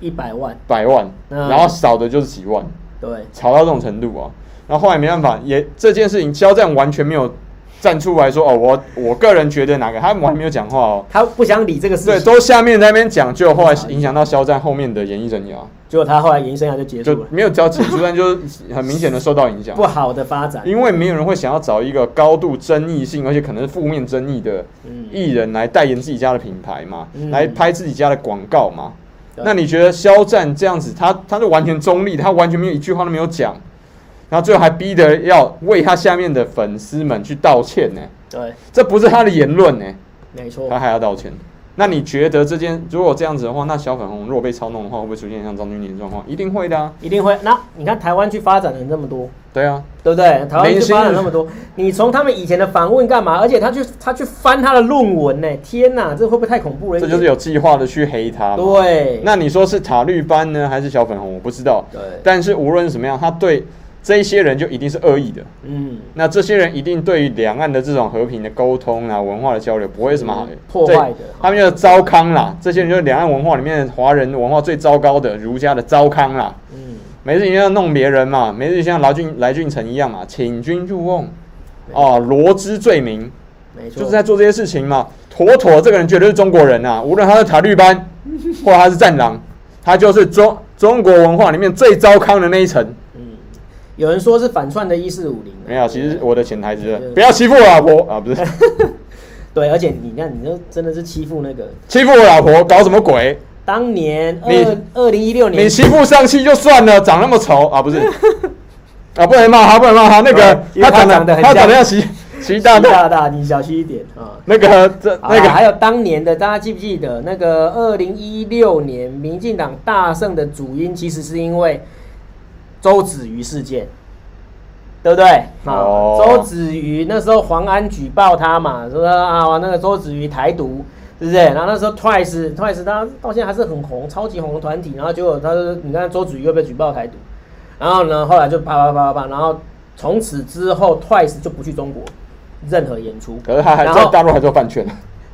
Speaker 2: 一百万，
Speaker 1: 百万，
Speaker 2: 嗯
Speaker 1: 然后少的就是几万，
Speaker 2: 对
Speaker 1: 炒到这种程度啊。然后后来没办法，也这件事情，肖战完全没有站出来说哦，我我个人觉得哪个，他完全没有讲话哦。
Speaker 2: 他不想理这个事
Speaker 1: 对，
Speaker 2: 情，
Speaker 1: 都下面在那边讲，就后来影响到肖战后面的演艺生涯，啊
Speaker 2: 结果他后来延伸涯就结
Speaker 1: 就
Speaker 2: 束了，
Speaker 1: 没有交集，但就是很明显的受到影响
Speaker 2: 不。好的发展，
Speaker 1: 因为没有人会想要找一个高度争议性，而且可能是负面争议的
Speaker 2: 嗯
Speaker 1: 艺人来代言自己家的品牌嘛，
Speaker 2: 嗯
Speaker 1: 来拍自己家的广告嘛。
Speaker 2: 对
Speaker 1: 那你觉得肖战这样子，他他是完全中立，他完全没有一句话都没有讲，然后最后还逼得要为他下面的粉丝们去道歉呢、
Speaker 2: 对
Speaker 1: 这不是他的言论呢、
Speaker 2: 没错
Speaker 1: 他。还要道歉。那你觉得这件如果这样子的话，那小粉红如果被操弄的话，会不会出现像张钧甯的状况？一定会的啊，
Speaker 2: 一定会。那你看台湾去发展的人这么多，
Speaker 1: 对啊，
Speaker 2: 对不对？台湾去发展那么多，你从他们以前的访问干嘛？而且他去他去翻他的论文呢，天哪，这会不会太恐怖了一
Speaker 1: 这
Speaker 2: 点？
Speaker 1: 就是有计划的去黑他嘛。
Speaker 2: 对，
Speaker 1: 那你说是塔绿班呢，还是小粉红？我不知道。
Speaker 2: 对
Speaker 1: 但是无论怎么样，他对这一些人就一定是恶意的。
Speaker 2: 嗯，
Speaker 1: 那这些人一定对于两岸的这种和平的沟通啊、文化的交流，不会有什么好
Speaker 2: 嗯破坏的
Speaker 1: 对他们就是糟糠啦，这些人就是两岸文化里面华人文化最糟糕的儒家的糟糠啦。
Speaker 2: 嗯，
Speaker 1: 没事你要弄别人嘛，没事像来俊来俊臣一样嘛，请君入瓮，哦，罗织罪名，
Speaker 2: 没错，
Speaker 1: 就是在做这些事情嘛。妥妥这个人绝对是中国人呐、无论他是塔绿
Speaker 2: (laughs)
Speaker 1: 班，或者他是战狼，他就是中中国文化里面最糟糠的那一层。
Speaker 2: 嗯，有人说是反串的一四五零，啊
Speaker 1: 没有，其实我的潜台词是
Speaker 2: 对
Speaker 1: 不要欺负我老婆啊，
Speaker 2: (laughs)
Speaker 1: 不是
Speaker 2: 对，而且你看，你就真的是欺负那个
Speaker 1: 欺负我老婆，搞什么鬼？
Speaker 2: 当年
Speaker 1: 你
Speaker 2: 二二零一六年
Speaker 1: 你欺负上气就算了，长那么丑啊，不
Speaker 2: (laughs)
Speaker 1: 是啊，不能骂他，不能骂他，那个
Speaker 2: 哦对因
Speaker 1: 他
Speaker 2: 为他长
Speaker 1: 长
Speaker 2: 得
Speaker 1: 得
Speaker 2: 很
Speaker 1: 他
Speaker 2: 像
Speaker 1: 长得像习习大
Speaker 2: 习
Speaker 1: 大，
Speaker 2: 大大，你小心一点啊。
Speaker 1: 那个这
Speaker 2: 好啦
Speaker 1: 那个
Speaker 2: 还有当年的，大家记不记得那个二零一六年民进党大胜的主因，其实是因为周子瑜事件，对不对？啊
Speaker 1: 哦
Speaker 2: 周子瑜那时候黄安举报他嘛，说啊那个周子瑜台独，对不对？然后那时候 Twice Twice 他到现在还是很红，超级红的团体，然后结果他说你看周子瑜又被举报台独，然后呢后来就啪啪啪啪啪，然后从此之后 Twice 就不去中国任何演出，
Speaker 1: 可是他还
Speaker 2: 然
Speaker 1: 在
Speaker 2: 后
Speaker 1: 大陆还做饭圈，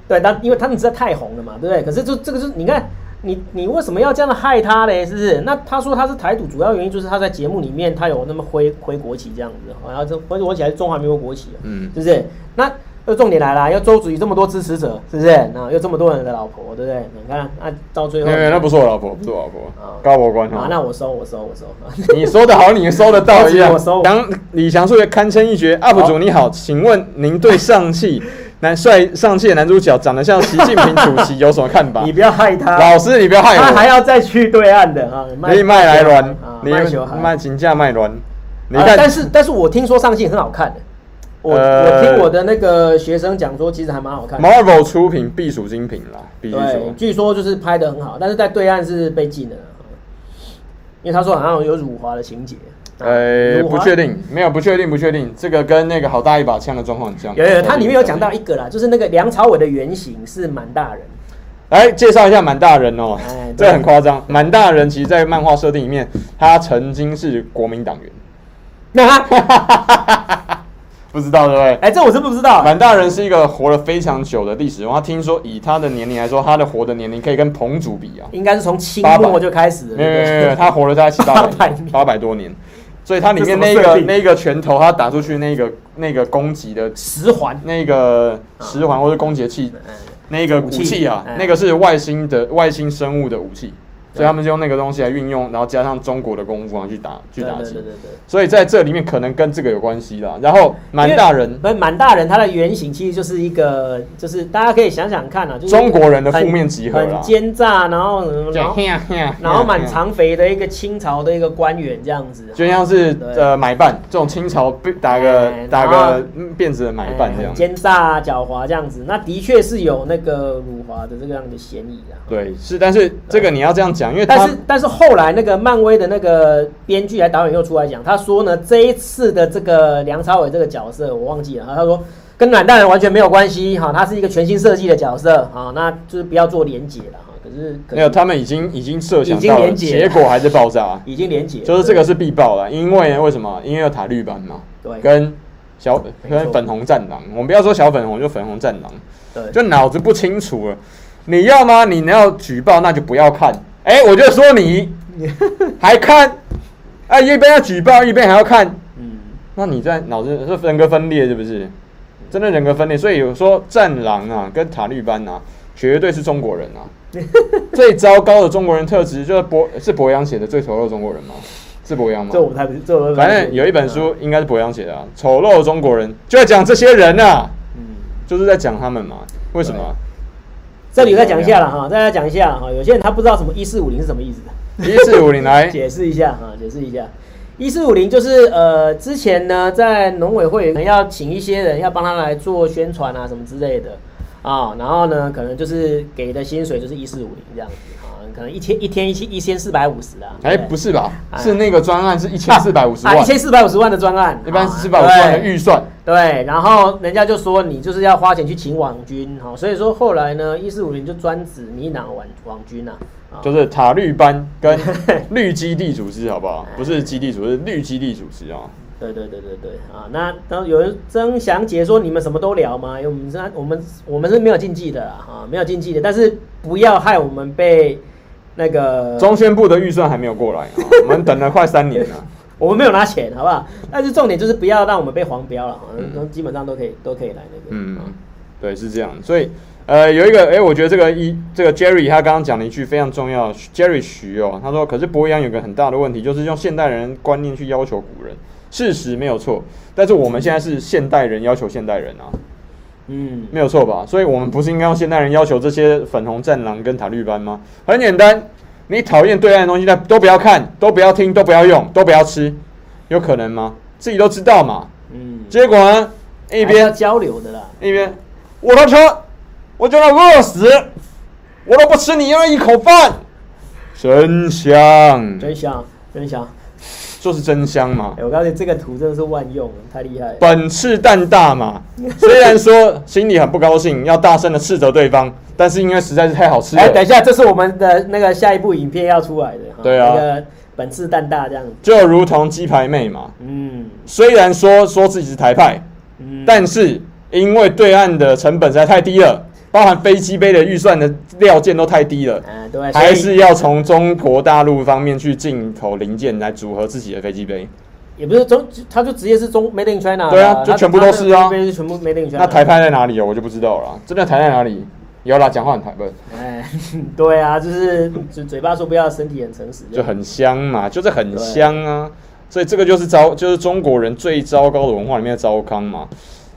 Speaker 2: 对，但因为他们实在太红了嘛，对不对？可是就这个就是你看，你你为什么要这样的害他嘞？是不是？那他说他是台独，主要原因就是他在节目里面他有那么挥挥国旗这样子，哦然后这挥国旗还是中华民国国旗、啊
Speaker 1: 嗯
Speaker 2: 是不是？那又重点来了，又周子瑜这么多支持者，是不是？那又这么多人的老婆，对不对？你看，那、到最后
Speaker 1: 没有没有，那不是我老婆，不是我老
Speaker 2: 哦
Speaker 1: 婆，高博官
Speaker 2: 啊
Speaker 1: 哈，。
Speaker 2: 那我收，我收，
Speaker 1: (laughs)
Speaker 2: 我收。
Speaker 1: 你说的好，你收得到，
Speaker 2: 我
Speaker 1: 这样
Speaker 2: 我收
Speaker 1: 杨李翔数也堪称一绝。UP 主你好，请问您对上
Speaker 2: (laughs)
Speaker 1: 汽男帅上汽的男主角长得像习近平主席有什么看法
Speaker 2: 你？不要害他，
Speaker 1: 老哦师，你不要害
Speaker 2: 他还
Speaker 1: 我，
Speaker 2: 要再去对岸的啊，
Speaker 1: 你卖来卵
Speaker 2: 啊，
Speaker 1: 你
Speaker 2: 卖小孩
Speaker 1: 卖金价卖卵，你
Speaker 2: 啊
Speaker 1: 看，
Speaker 2: 但是但是我听说上镜很好看的，我、我
Speaker 1: 呃
Speaker 2: 听我的那个学生讲说，其实还蛮好看的。
Speaker 1: Marvel 出品必属精品啦，必须
Speaker 2: 对
Speaker 1: 说，。
Speaker 2: 据说就是拍的很好，但是在对岸是被禁的啦，因为他说好像有辱华的情节。啊
Speaker 1: 呃，
Speaker 2: 辱华
Speaker 1: 不确。定，没有不确定，不确定，这个跟那个好大一把枪的状况很像。
Speaker 2: 有有，它里面有讲到一个啦，就是那个梁朝伟的原型是满
Speaker 1: (laughs)
Speaker 2: 大人，
Speaker 1: 来介绍一下满大人哦
Speaker 2: 哎，对
Speaker 1: 这很夸张。满大人其实，在漫画设定里面，他曾经是国民党员，不知道对不对？
Speaker 2: 哎，这我真不知道。
Speaker 1: 满大人是一个活了非常久的历史人物，他听说以他的年龄来说，他的活的年龄可以跟彭祖比啊，
Speaker 2: 应该是从清
Speaker 1: 八
Speaker 2: 末
Speaker 1: 百
Speaker 2: 就开始了。
Speaker 1: 没有
Speaker 2: 对
Speaker 1: 没
Speaker 2: 不
Speaker 1: 有
Speaker 2: 对
Speaker 1: 没有，他活了大概七八
Speaker 2: 八百
Speaker 1: 百
Speaker 2: 年
Speaker 1: 八百多年，所以他里面那
Speaker 2: 这什么设
Speaker 1: 个
Speaker 2: 定
Speaker 1: 那个拳头，他打出去那个那个攻击的
Speaker 2: (laughs) 十环。
Speaker 1: 那个十环或者攻击的器
Speaker 2: 嗯
Speaker 1: 那个武器啊
Speaker 2: 武器，哎
Speaker 1: 那个是外星的外星生物的武器，所以他们就用那个东西来运用，然后加上中国的功夫啊去打去
Speaker 2: 对
Speaker 1: 打
Speaker 2: 对
Speaker 1: 击
Speaker 2: 对对。对。
Speaker 1: 所以在这里面可能跟这个有关系啦。然后满大人
Speaker 2: 不是满大人，他的原型其实就是一个，就是大家可以想想看啊，就是
Speaker 1: 中国人的负面集合
Speaker 2: 很
Speaker 1: 啦
Speaker 2: 很，奸诈，然后然后
Speaker 1: 啊
Speaker 2: 然后蛮
Speaker 1: 长，
Speaker 2: 长肥的一个清朝的一个官员这样子，啊
Speaker 1: 就像是
Speaker 2: 对
Speaker 1: 呃买办这种清朝被打
Speaker 2: 哎
Speaker 1: 个打
Speaker 2: 然后
Speaker 1: 个嗯辫子的买办
Speaker 2: 哎
Speaker 1: 这样
Speaker 2: 很。奸诈狡猾这样子，那的确是有那个辱华的这个样的嫌疑啊。
Speaker 1: 对，是，但是这个你要这样讲，因为他
Speaker 2: 但是但是后来那个漫威的那个编剧还导演又出来讲，他说呢，这一次的这个梁朝伟这个角色我忘记了，他说跟阮大人完全没有关系哈，他是一个全新设计的角色啊，那就是不要做连结了哈。可是可
Speaker 1: 没有，他们已经已经设想
Speaker 2: 已经
Speaker 1: 到了，
Speaker 2: 连结了
Speaker 1: 结果还是爆炸。
Speaker 2: 已经连结了，
Speaker 1: 就是这个是必爆了，因为为什么？因为有塔绿班嘛，
Speaker 2: 对
Speaker 1: 跟小
Speaker 2: 没错
Speaker 1: 跟粉红战狼，我们不要说小粉红，就粉红战狼，
Speaker 2: 对对
Speaker 1: 就脑子不清楚了。你要吗？你要举报，那就不要看。哎、我就说
Speaker 2: (laughs)
Speaker 1: 你还看，哎、一边要举报，一边还要看，
Speaker 2: 嗯
Speaker 1: 那你在脑子是人格分裂是不是？真的人格分裂，所以有说战狼啊，跟塔利班啊，绝对是中国人
Speaker 2: (laughs)
Speaker 1: 啊。最糟糕的中国人特质就是博是博洋写的《最丑陋的中国人》吗？是博洋吗
Speaker 2: 这？我不太这我不太
Speaker 1: 反正有一本书应该是博洋写的、啊，《丑陋的中国人》就在讲这些人啊，
Speaker 2: 嗯。
Speaker 1: 就是在讲他们嘛。为什么啊？
Speaker 2: 这里再讲一下了哈，再来讲一下哈，有些人他不知道什么一四五零是什么意思的。
Speaker 1: 一四五零来，
Speaker 2: (laughs) 解释一下哈，解释一下。一四五零就是呃，之前呢，在农委会可能要请一些人要帮他来做宣传啊，什么之类的。啊、然后呢，可能就是给的薪水就是一四五零这样子啊、可能一天一天一千一千四百五十啊，
Speaker 1: 哎，
Speaker 2: 对
Speaker 1: 不是吧？
Speaker 2: 哎
Speaker 1: 是那个专案是一千四百五十
Speaker 2: 啊，
Speaker 1: 万
Speaker 2: 一，千四百五十万的专案，
Speaker 1: 一般
Speaker 2: 啊
Speaker 1: 四百五十万的预算。
Speaker 2: 对对，然后人家就说你就是要花钱去请网军，好、所以说后来呢，一四五零就专指米朗网网军啊，啊
Speaker 1: 就是塔绿班跟绿基地组织，好不好？不是基地组织，是绿基地组织啊。
Speaker 2: 对对对对对啊！那当有人曾祥杰说你们什么都聊吗？因为我们是，我们我们是没有禁忌的啦啊，没有禁忌的，但是不要害我们被那个
Speaker 1: 中宣部的预算还没有过来啊，我们等了快三年了。
Speaker 2: 我们没有拿钱，好不好？但是重点就是不要让我们被黄标了，啊
Speaker 1: 嗯
Speaker 2: 都基本上都可以都可以来那个。
Speaker 1: 嗯
Speaker 2: 啊，
Speaker 1: 对，是这样。所以，呃，有一个，哎、我觉得这个一这个 Jerry 他刚刚讲了一句非常重要，Jerry 徐哦，他说，可是博洋有个很大的问题，就是用现代人观念去要求古人，事实没有错，但是我们现在是现代人要求现代人啊，
Speaker 2: 嗯，
Speaker 1: 没有错吧？所以我们不是应该用现代人要求这些粉红战狼跟塔绿班吗？很简单，你讨厌对岸的东西，但都不要看，都不要听，都不要用，都不要吃，有可能吗？自己都知道嘛。
Speaker 2: 嗯，
Speaker 1: 结果呢，一
Speaker 2: 还是要
Speaker 1: 边嗯
Speaker 2: 交流的啦。
Speaker 1: 一边，我的车，我就要饿死，我都不吃你那一口饭，真香，
Speaker 2: 真香，真香！
Speaker 1: 就是真香嘛
Speaker 2: 哎、。我告诉你，这个图真的是万用，太厉害了。
Speaker 1: 本次蛋大嘛，虽然说心里很不高兴，要大声的斥责对方，但是因为实在是太好吃了。
Speaker 2: 哎、等一下，这是我们的那个下一部影片要出来的。哈
Speaker 1: 对啊
Speaker 2: 那个本次蛋大这样子。
Speaker 1: 就如同鸡排妹嘛，
Speaker 2: 嗯
Speaker 1: 虽然说说自己是台派，
Speaker 2: 嗯，
Speaker 1: 但是因为对岸的成本实在太低了，包含飞机杯的预算的料件都太低了，
Speaker 2: 啊，对，所以
Speaker 1: 还是要从中国大陆方面去进口零件来组合自己的飞机杯。
Speaker 2: 也不是中，他就直接是中 Made in China 啦。
Speaker 1: 对啊
Speaker 2: 他
Speaker 1: 就全部都是啊
Speaker 2: 他那边是全部 Made in China。
Speaker 1: 那台派在哪里哦？我就不知道了啦，真的台在哪里？有啦，讲话很台不是
Speaker 2: 哎， (laughs) 对啊，就是嘴嘴巴说不要，身体很诚实，
Speaker 1: 就很香嘛，就是很香啊。所以这个就是糟，就是中国人最糟糕的文化里面的糟糠嘛。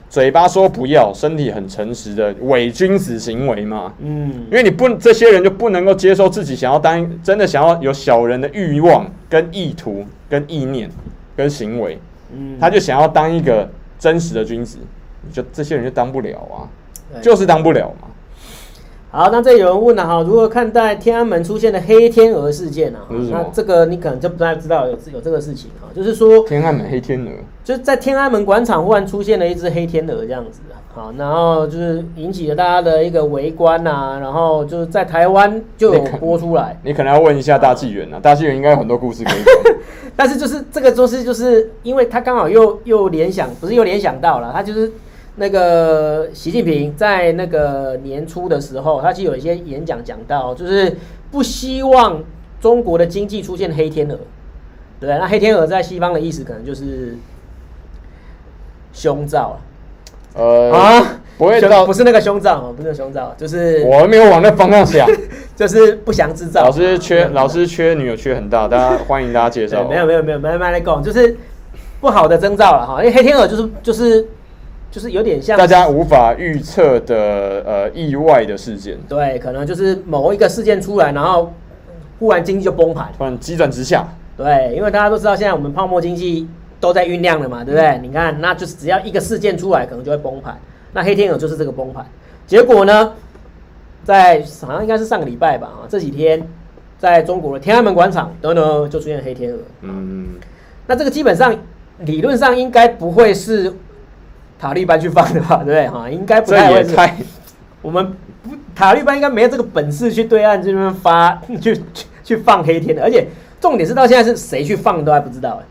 Speaker 1: 嘴巴说不要，身体很诚实的伪君子行为嘛。
Speaker 2: 嗯
Speaker 1: 因为你不这些人就不能够接受自己想要当真的想要有小人的欲望、跟意图、跟意念、跟行为，
Speaker 2: 嗯，
Speaker 1: 他就想要当一个真实的君子，你就这些人就当不了啊，
Speaker 2: 对
Speaker 1: 就是当不了嘛。
Speaker 2: 好。那这里有人问了、哈，如何看待天安门出现的黑天鹅事件呢、啊？
Speaker 1: 这是什么
Speaker 2: 那这个你可能就不太知道有有这个事情哈、就是说
Speaker 1: 天安门黑天鹅，
Speaker 2: 就是在天安门广场忽然出现了一只黑天鹅这样子啊，好，然后就是引起了大家的一个围观呐、然后就是在台湾就有
Speaker 1: 你看
Speaker 2: 播出来，
Speaker 1: 你可能要问一下大纪元啊，大纪元应该有很多故事可以
Speaker 2: (laughs)
Speaker 1: 讲。
Speaker 2: 但是就是这个东西，就是因为他刚好又又联想，不是又联想到了，他就是那个习近平在那个年初的时候，他其实有一些演讲讲到，就是不希望中国的经济出现黑天鹅，对不对，那黑天鹅在西方的意思可能就是胸罩了。
Speaker 1: 呃，
Speaker 2: 啊，
Speaker 1: 不会
Speaker 2: 胸
Speaker 1: 到
Speaker 2: 不是那个胸罩哦，不是胸罩，就是
Speaker 1: 我还没有往那方向
Speaker 2: (laughs)
Speaker 1: 想。
Speaker 2: 就是不祥之兆。
Speaker 1: 老师缺
Speaker 2: 啊
Speaker 1: 老，师缺女友缺很大，大家欢迎大家介
Speaker 2: (laughs) 对，
Speaker 1: 绍。
Speaker 2: 哎没有没有没有，慢慢来讲，就是不好的征兆了哈。因为黑天鹅就是就是就是有点像
Speaker 1: 大家无法预测的呃意外的事件，
Speaker 2: 对，可能就是某一个事件出来，然后忽然经济就崩盘。
Speaker 1: 突然急转直下。
Speaker 2: 对，因为大家都知道现在我们泡沫经济都在酝酿了嘛，对不对？你看，那就是只要一个事件出来，可能就会崩盘。那黑天鹅就是这个崩盘。结果呢，在好像应该是上个礼拜吧，啊，这几天在中国的天安门广场，等等就出现黑天鹅。
Speaker 1: 嗯，
Speaker 2: 那这个基本上理论上应该不会是塔利班去放的吧，对不对？哈，应该不
Speaker 1: 这
Speaker 2: 太
Speaker 1: 也
Speaker 2: 会是。
Speaker 1: 太
Speaker 2: 我们不塔利班应该没有这个本事去对岸这边发去去去放黑天的，而且重点是到现在是谁去放都还不知道哎，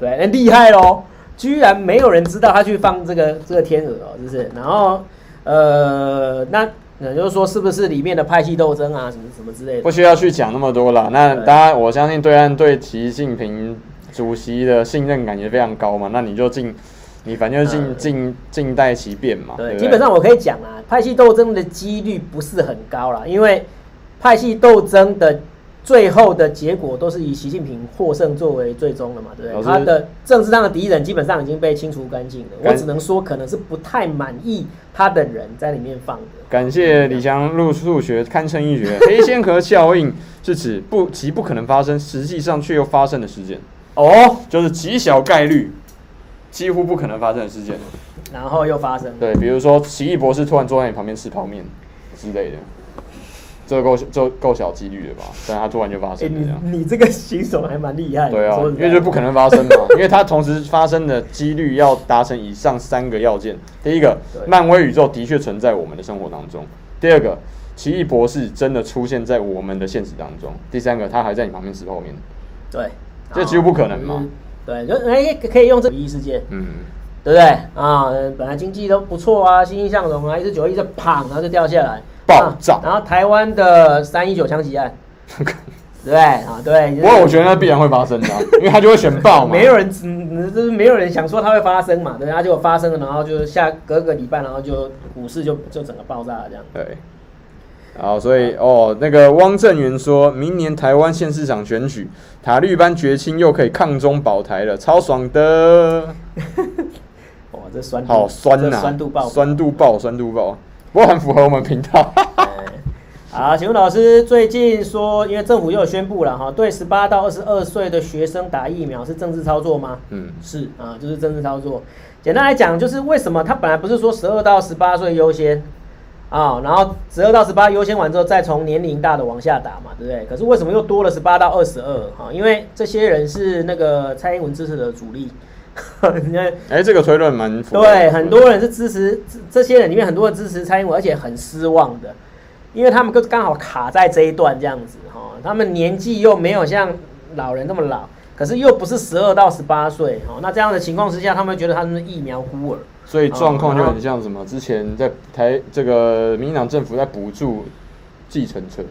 Speaker 2: 对，那厉害喽，居然没有人知道他去放这个这个天鹅哦，是不是？然后呃，那也就是说是不是里面的派系斗争啊，什么什么之类
Speaker 1: 不
Speaker 2: 的？
Speaker 1: 需要去讲那么多了。那
Speaker 2: 对
Speaker 1: 当然，我相信对岸对习近平主席的信任感也非常高嘛。那你就静，你反正就静
Speaker 2: 嗯
Speaker 1: 静静待其变嘛。对
Speaker 2: 对，
Speaker 1: 不对，
Speaker 2: 基本上我可以讲啊，派系斗争的几率不是很高啦，因为派系斗争的最后的结果都是以习近平获胜作为最终的嘛，对不
Speaker 1: 老
Speaker 2: 对？
Speaker 1: 师
Speaker 2: 他的政治上的敌人基本上已经被清除干净了，我
Speaker 1: 干
Speaker 2: 只能说可能是不太满意他的人在里面放的。
Speaker 1: 感谢李强入数学堪称一
Speaker 2: (laughs)
Speaker 1: 绝。黑仙河效应是指不极不可能发生，实际上却又发生的事件，
Speaker 2: 哦，
Speaker 1: 就是极小概率、几乎不可能发生的事件。
Speaker 2: 然后又发生了。
Speaker 1: 对，比如说奇异博士突然坐在你旁边吃泡面之类的，这够这够小几率了吧？但他突然就发
Speaker 2: 哎、
Speaker 1: 生了这样。
Speaker 2: 你你这个新手还蛮厉害的，
Speaker 1: 对啊，
Speaker 2: 说实
Speaker 1: 因
Speaker 2: 在
Speaker 1: 为就不可能发生嘛， (laughs) 因为它同时发生的几率要达成以上三个要件：第一个，
Speaker 2: 对
Speaker 1: 漫威宇宙的确存在我们的生活当中；第二个，奇异博士真的出现在我们的现实当中；第三个，他还在你旁边吃泡面。
Speaker 2: 对，
Speaker 1: 这几乎不可能嘛
Speaker 2: 嗯对，就哎、可以用这个异世界，
Speaker 1: 嗯，
Speaker 2: 对不对啊、呃本来经济都不错啊，欣欣向荣啊，一直九一直砰，然后就掉下来，
Speaker 1: 爆炸
Speaker 2: 啊然后台湾的三一九
Speaker 1: (laughs)
Speaker 2: 枪击案，对不对啊，对。
Speaker 1: 不过我觉得那必然会发生的
Speaker 2: (laughs)
Speaker 1: 啊、因为他就会选爆嘛。
Speaker 2: 没有人，嗯就是没有人想说它会发生嘛，对，啊它结果发生了，然后就下隔个礼拜，然后就股市就就整个爆炸了这样。
Speaker 1: 对。好，所以哦，那个汪正元说明年台湾县市长选举，塔绿班绝亲又可以抗中保台了，超爽的。
Speaker 2: 哇，这酸度
Speaker 1: 好酸呐、
Speaker 2: 嗯这酸度爆，
Speaker 1: 酸度爆，酸度爆，不过很符合我们频道。 (laughs)
Speaker 2: 好，请问老师，最近说，因为政府又有宣布了哈，对十八到二十二岁的学生打疫苗是政治操作吗？
Speaker 1: 嗯，
Speaker 2: 是啊，就是政治操作。简单来讲，就是为什么他本来不是说十二到十八岁优先啊、然后十二到十八优先完之后，再从年龄大的往下打嘛，对不对？可是为什么又多了十八到二十二哈？因为这些人是那个蔡英文支持的主力， (laughs) 人家
Speaker 1: 哎、这个推论蛮符合我
Speaker 2: 对，
Speaker 1: 们
Speaker 2: 很多人是支持这这些人里面很多人支持蔡英文，而且很失望的，因为他们刚刚好卡在这一段这样子哈、哦，他们年纪又没有像老人那么老，可是又不是十二到十八岁哦，那这样的情况之下，他们会觉得他们是疫苗孤儿，
Speaker 1: 所以状况就很像什么？之前在台这个民进党政府在补助计程车、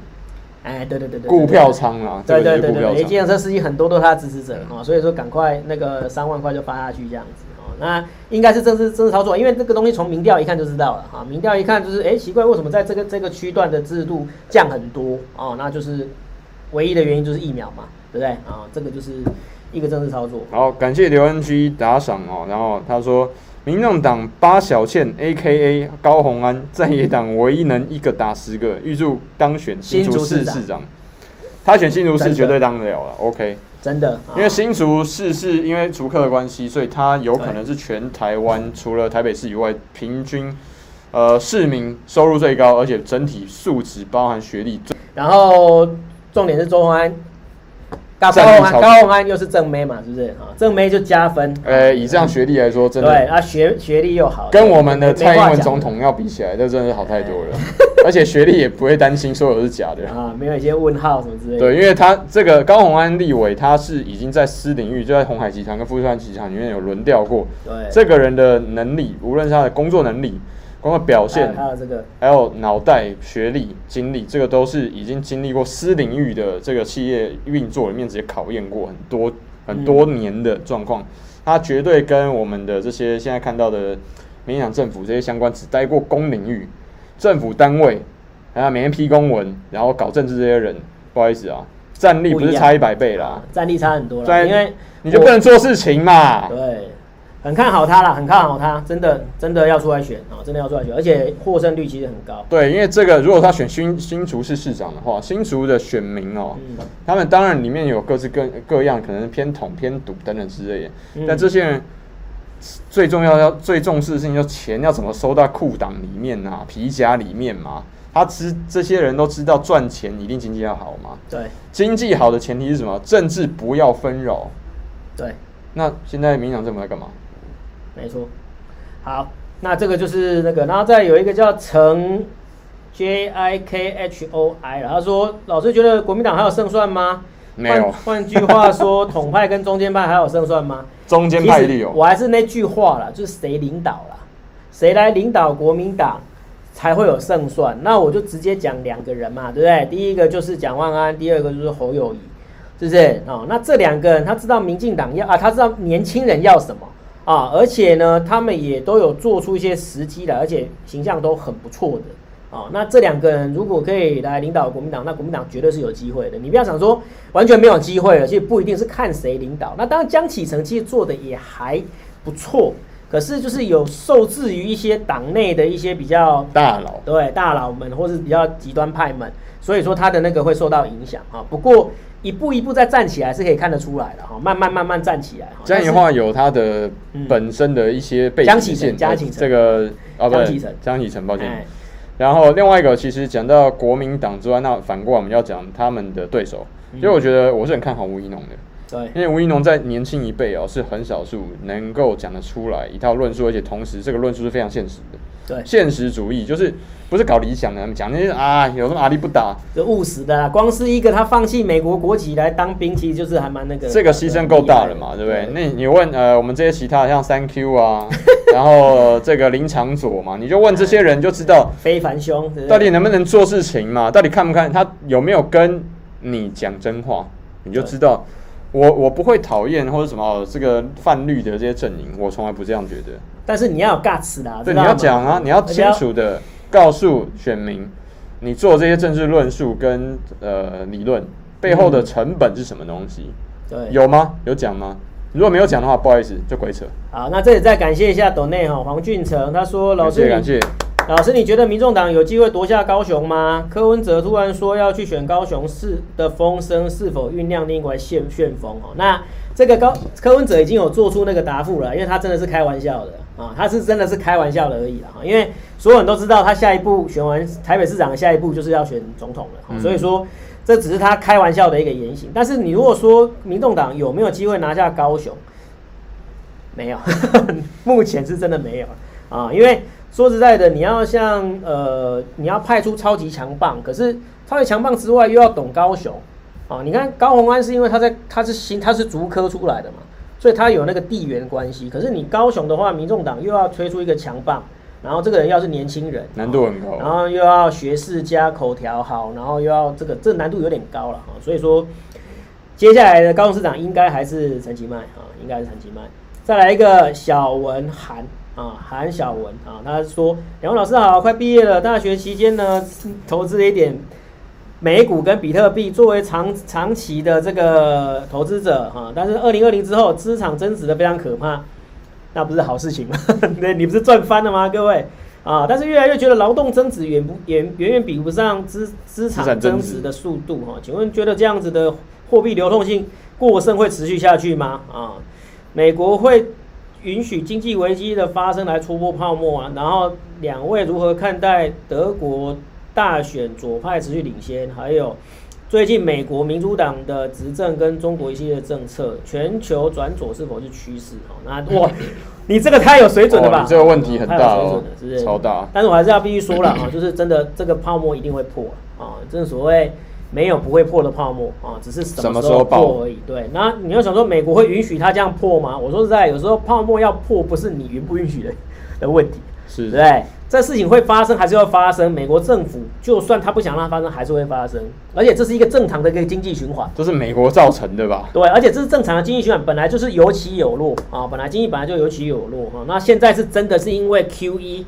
Speaker 2: 哎，对对对对，对
Speaker 1: 股票。仓啊，这
Speaker 2: 对
Speaker 1: 个
Speaker 2: 对
Speaker 1: 就是
Speaker 2: 对
Speaker 1: 股票
Speaker 2: 对，计
Speaker 1: 仓。
Speaker 2: 程车司机很多都是他的支持者哦，
Speaker 1: 嗯
Speaker 2: 所以说赶快那个三万块就发下去这样子哦，那应该是政治政治操作，因为这个东西从民调一看就知道了哈、民调一看就是哎奇怪，为什么在这个这个区段的制度降很多哦，那就是唯一的原因就是疫苗嘛，对不对啊、这个就是一个政治操作，
Speaker 1: 好，感谢刘恩居打赏哦。然后他说，民众党八小倩 （A K A 高虹安） (laughs) 在野党唯一能一个打十个，预祝当选新
Speaker 2: 新
Speaker 1: 竹
Speaker 2: 竹
Speaker 1: 市
Speaker 2: 市长
Speaker 1: 市长。他选新竹市
Speaker 2: 真的
Speaker 1: 绝对当得了了，OK。
Speaker 2: 真的，啊
Speaker 1: 因为新竹市是因为竹客的关系，所以它有可能是全台湾除了台北市以外，平均呃市民收入最高，而且整体素质包含学历最
Speaker 2: 然后重点是周鸿安。高高
Speaker 1: 战
Speaker 2: 鸿
Speaker 1: 力超群
Speaker 2: 安，高鸿安又是正妹嘛，是不是啊？正妹就加分。
Speaker 1: 呃以这样学历来说，真
Speaker 2: 对
Speaker 1: 的
Speaker 2: 啊，学学历又好，
Speaker 1: 跟我们的
Speaker 2: 没
Speaker 1: 蔡英文总。
Speaker 2: 没话
Speaker 1: 统要比起来，这真的是好太多了。 (laughs) 而且学历也不会担心说我是假的
Speaker 2: (laughs) 讲。啊，没有一些问号什么之类的。
Speaker 1: 对，因为他这个高鸿安立委，他是已经在私领域，就在红海集团跟富士康集团里面有轮调过。
Speaker 2: 对，
Speaker 1: 这个人的能力，无论是他的工作能力、工作表现，
Speaker 2: 啊还有还有这个
Speaker 1: 还有脑袋、学历、经历，这个都是已经经历过私领域的这个企业运作里面直接考验过很
Speaker 2: 嗯
Speaker 1: 多很多年的状况，他绝对跟我们的这些现在看到的民进党政府这些相关只待过公领域、政府单位，然后每天批公文，然后搞政治这些人，不好意思啊，战力不
Speaker 2: 不
Speaker 1: 是
Speaker 2: 一样
Speaker 1: 差一百倍啦，
Speaker 2: 战力差很多了，
Speaker 1: 战
Speaker 2: 因为
Speaker 1: 你就不能做事情嘛
Speaker 2: 我。对，很看好他啦，很看好他，真的真的要出来选啊，真的要出来选，而且获胜率其实很高。
Speaker 1: 对，因为这个，如果他选新新竹市市长的话，新竹的选民哦，
Speaker 2: 嗯，
Speaker 1: 他们当然里面有各自各各样，可能偏统、偏赌等等之类的。
Speaker 2: 嗯
Speaker 1: 但这些人最重要要最重视的事情，就钱要怎么收到裤裆里面啊、皮夹里面嘛。他知这些人都知道赚钱一定经济要好嘛，
Speaker 2: 对
Speaker 1: 经济好的前提是什么？政治不要纷扰。
Speaker 2: 对，
Speaker 1: 那现在民进党政府在干嘛？
Speaker 2: 没错。好，那这个就是那个，然后再有一个叫陈 J I K H O I，然后说老师觉得国民党还有胜算吗？
Speaker 1: 没有
Speaker 2: 换换句
Speaker 1: (laughs)
Speaker 2: 话说，统派跟中间派还有胜算吗？
Speaker 1: 中间派力哦
Speaker 2: 其实
Speaker 1: 有
Speaker 2: 我还是那句话啦，就是谁领导啦，谁来领导国民党才会有胜算。那我就直接讲两个人嘛，对不对？第一个就是蒋万安，第二个就是侯友谊，是不是？哦，那这两个人他知道民进党要啊，他知道年轻人要什么。啊，而且呢，他们也都有做出一些时机来，而且形象都很不错的啊。那这两个人如果可以来领导国民党，那国民党绝对是有机会的。你不要想说完全没有机会了，其实不一定是看谁领导。那当然，江启程其实做的也还不错，可是就是有受制于一些党内的一些比较
Speaker 1: 大佬。
Speaker 2: 对大佬们或是比较极端派们，所以说他的那个会受到影响啊。不过一步一步再站起来是可以看得出来的哈，慢慢慢慢站起来哈。
Speaker 1: 嘉
Speaker 2: 但
Speaker 1: 义
Speaker 2: 是
Speaker 1: 话有它的本身的一些背景
Speaker 2: 嗯江启程
Speaker 1: 线，
Speaker 2: 江启程
Speaker 1: 这个啊，不
Speaker 2: 江
Speaker 1: 是
Speaker 2: 启程
Speaker 1: 江启程，抱歉。
Speaker 2: 哎
Speaker 1: 然后另外一个，其实讲到国民党之外，那反过来我们要讲他们的对手，因为我觉得我是很看好吴怡农的，因
Speaker 2: 对
Speaker 1: 为吴怡农在年轻一辈哦是很少数能够讲得出来一套论述，而且同时这个论述是非常现实的，
Speaker 2: 对，
Speaker 1: 现实主义就是不是搞理想的，讲那些啊有什么阿力不打，
Speaker 2: 这务实的啦，光是一个他放弃美国国籍来当兵，其实就是还蛮那个的。
Speaker 1: 这个牺牲够大了嘛，对不对？那你问呃，我们这些其他的像三 Q (laughs) 啊，然后呃这个林长佐嘛，你就问这些人就知道
Speaker 2: 非凡兄，对不对
Speaker 1: 到底能不能做事情嘛，到底看不看他有没有跟你讲真话，你就知道。我我不会讨厌或者什么哦这个泛绿的这些阵营，我从来不这样觉得。
Speaker 2: 但是你要有 guts 啦，
Speaker 1: 对，你
Speaker 2: 知道
Speaker 1: 要
Speaker 2: 吗
Speaker 1: 讲啊，你要
Speaker 2: 而且
Speaker 1: 清楚的告诉选民，你做这些政治论述跟呃理论背后的成本是什么东西。
Speaker 2: 对。
Speaker 1: 有吗？有讲吗？如果没有讲的话，不好意思，就鬼扯。
Speaker 2: 好，那这里再感谢一下董内哈黄俊成，他说老
Speaker 1: 感
Speaker 2: 师
Speaker 1: 谢
Speaker 2: 你
Speaker 1: 感谢。
Speaker 2: 老师，你觉得民众党有机会夺下高雄吗？柯文哲突然说要去选高雄市的风声，是否酝酿另外旋旋风？哦，那这个高柯文哲已经有做出那个答复了，因为他真的是开玩笑的啊，他是真的是开玩笑的而已啦。啊因为所有人都知道，他下一步选完台北市长，下一步就是要选总统了，啊所以说这只是他开玩笑的一个言行。但是你如果说民众党有没有机会拿下高雄？没有， (laughs) 目前是真的没有啊。因为说实在的，你要像呃，你要派出超级强棒，可是超级强棒之外又要懂高雄啊。你看高鸿安是因为他在他是新他是竹科出来的嘛，所以他有那个地缘关系。可是你高雄的话，民众党又要推出一个强棒，然后这个人要是年轻人，
Speaker 1: 难度很
Speaker 2: 然
Speaker 1: 高。
Speaker 2: 后又要学识加口条好，然后又要这个，这难度有点高了啊。所以说，接下来的高雄市长应该还是陈其迈啊，应该是陈其迈。再来一个小文韩啊，韩小文啊，他说：两位老师好，快毕业了，大学期间呢，投资了一点美股跟比特币作为长长期的这个投资者哈、但是二零二零之后资产增值的非常可怕，那不是好事情吗？ (laughs) 对，你不是赚翻了吗？各位啊，但是越来越觉得劳动增值远不远远远比不上资资
Speaker 1: 资产
Speaker 2: 产
Speaker 1: 增
Speaker 2: 增
Speaker 1: 值
Speaker 2: 值的速度哈、请问觉得这样子的货币流动性过剩会持续下去吗？啊，美国会允许经济危机的发生来戳破泡沫啊？然后两位如何看待德国大选左派持续领先，还有最近美国民主党的执政跟中国一系列政策，全球转左是否是趋势？哦，那哇，你这个太有水准了吧？
Speaker 1: 哦你这个问题很大
Speaker 2: 太有水
Speaker 1: 哦
Speaker 2: 准了，是不是？
Speaker 1: 超大。
Speaker 2: 但是我还是要必须说了啊，就是真的这个泡沫一定会破啊，正所谓没有不会破的泡沫啊，只是什
Speaker 1: 什么
Speaker 2: 么
Speaker 1: 时
Speaker 2: 时
Speaker 1: 候
Speaker 2: 候
Speaker 1: 爆
Speaker 2: 破而已。对，那你要想说美国会允许它这样破吗？我说实在，有时候泡沫要破不是你允不允许的的问题，对
Speaker 1: 是
Speaker 2: 不对？这事情会发生还是会发生，美国政府就算他不想让它发生，还是会发生，而且这是一个正常的一个经济循环。
Speaker 1: 这是美国造成的吧？
Speaker 2: 对，而且这是正常的经济循环，本来就是有起有落啊，本来经济本来就有起有落哈、那现在是真的是因为 Q E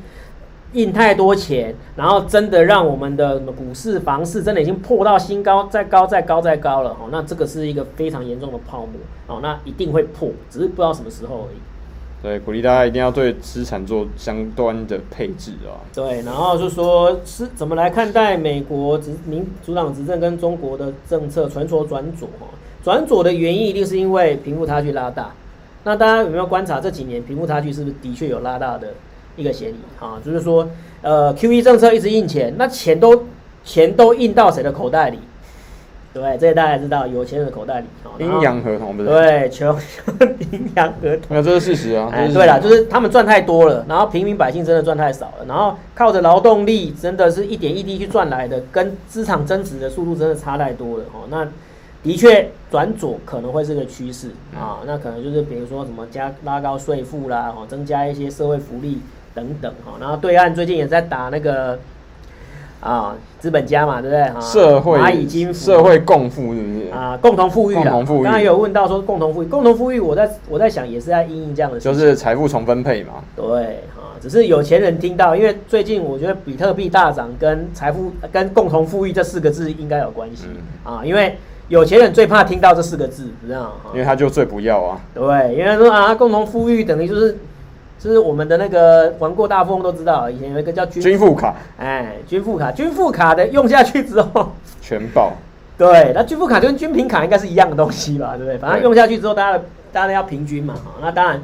Speaker 2: 印太多钱，然后真的让我们的股市、房市真的已经破到新高，再高、再高、再高了哈、啊那这个是一个非常严重的泡沫哦、那一定会破，只是不知道什么时候而已。
Speaker 1: 对，鼓励大家一定要对资产做相关的配置啊。
Speaker 2: 对，然后就说是怎么来看待美国执民主党执政跟中国的政策全球转左哦转左的原因一定是因为贫富差距拉大。那大家有没有观察这几年贫富差距是不是的确有拉大的一个嫌疑啊？就是说，呃，Q E 政策一直印钱，那钱都钱都印到谁的口袋里？对，这些大家也知道，有钱人的口袋里。哦然后
Speaker 1: 阴阳合同不是？
Speaker 2: 对，穷 (laughs) 阴阳合同。
Speaker 1: 没有，这是事实啊。
Speaker 2: 哎，
Speaker 1: 这
Speaker 2: 对了，
Speaker 1: 事
Speaker 2: 就
Speaker 1: 实
Speaker 2: 是他们赚太多了，然后平民百姓真的赚太少了，然后靠着劳动力真的是一点一滴去赚来的，跟资产增值的速度真的差太多了哦。那的确转左可能会是个趋势
Speaker 1: 嗯
Speaker 2: 啊，那可能就是比如说什么加拉高税负啦，哦，增加一些社会福利等等哈、哦。然后对岸最近也在打那个啊资本家嘛，对不对？啊、
Speaker 1: 社
Speaker 2: 蚂蚁金
Speaker 1: 会
Speaker 2: 服
Speaker 1: 社会共富是不是？
Speaker 2: 啊，共同富裕啦
Speaker 1: 共同富裕
Speaker 2: 刚才有问到说共同富裕，共同富裕，我在我在想也是在因应这样的事情，
Speaker 1: 就是财富重分配嘛。
Speaker 2: 对啊，只是有钱人听到，因为最近我觉得比特币大涨跟财富跟共同富裕这四个字应该有关系、
Speaker 1: 嗯
Speaker 2: 啊，因为有钱人最怕听到这四个字，你知道吗？啊
Speaker 1: 因为他就最不要啊。
Speaker 2: 对，因为说啊，共同富裕等于就是就是我们的那个玩过大富翁都知道，以前有一个叫军
Speaker 1: 军富卡
Speaker 2: 哎军富卡，军富卡的用下去之后，
Speaker 1: 全爆，
Speaker 2: 对，那均富卡跟均平卡应该是一样的东西吧，对不对？反正
Speaker 1: 对
Speaker 2: 用下去之后，大家的大家要平均嘛。哈那当然，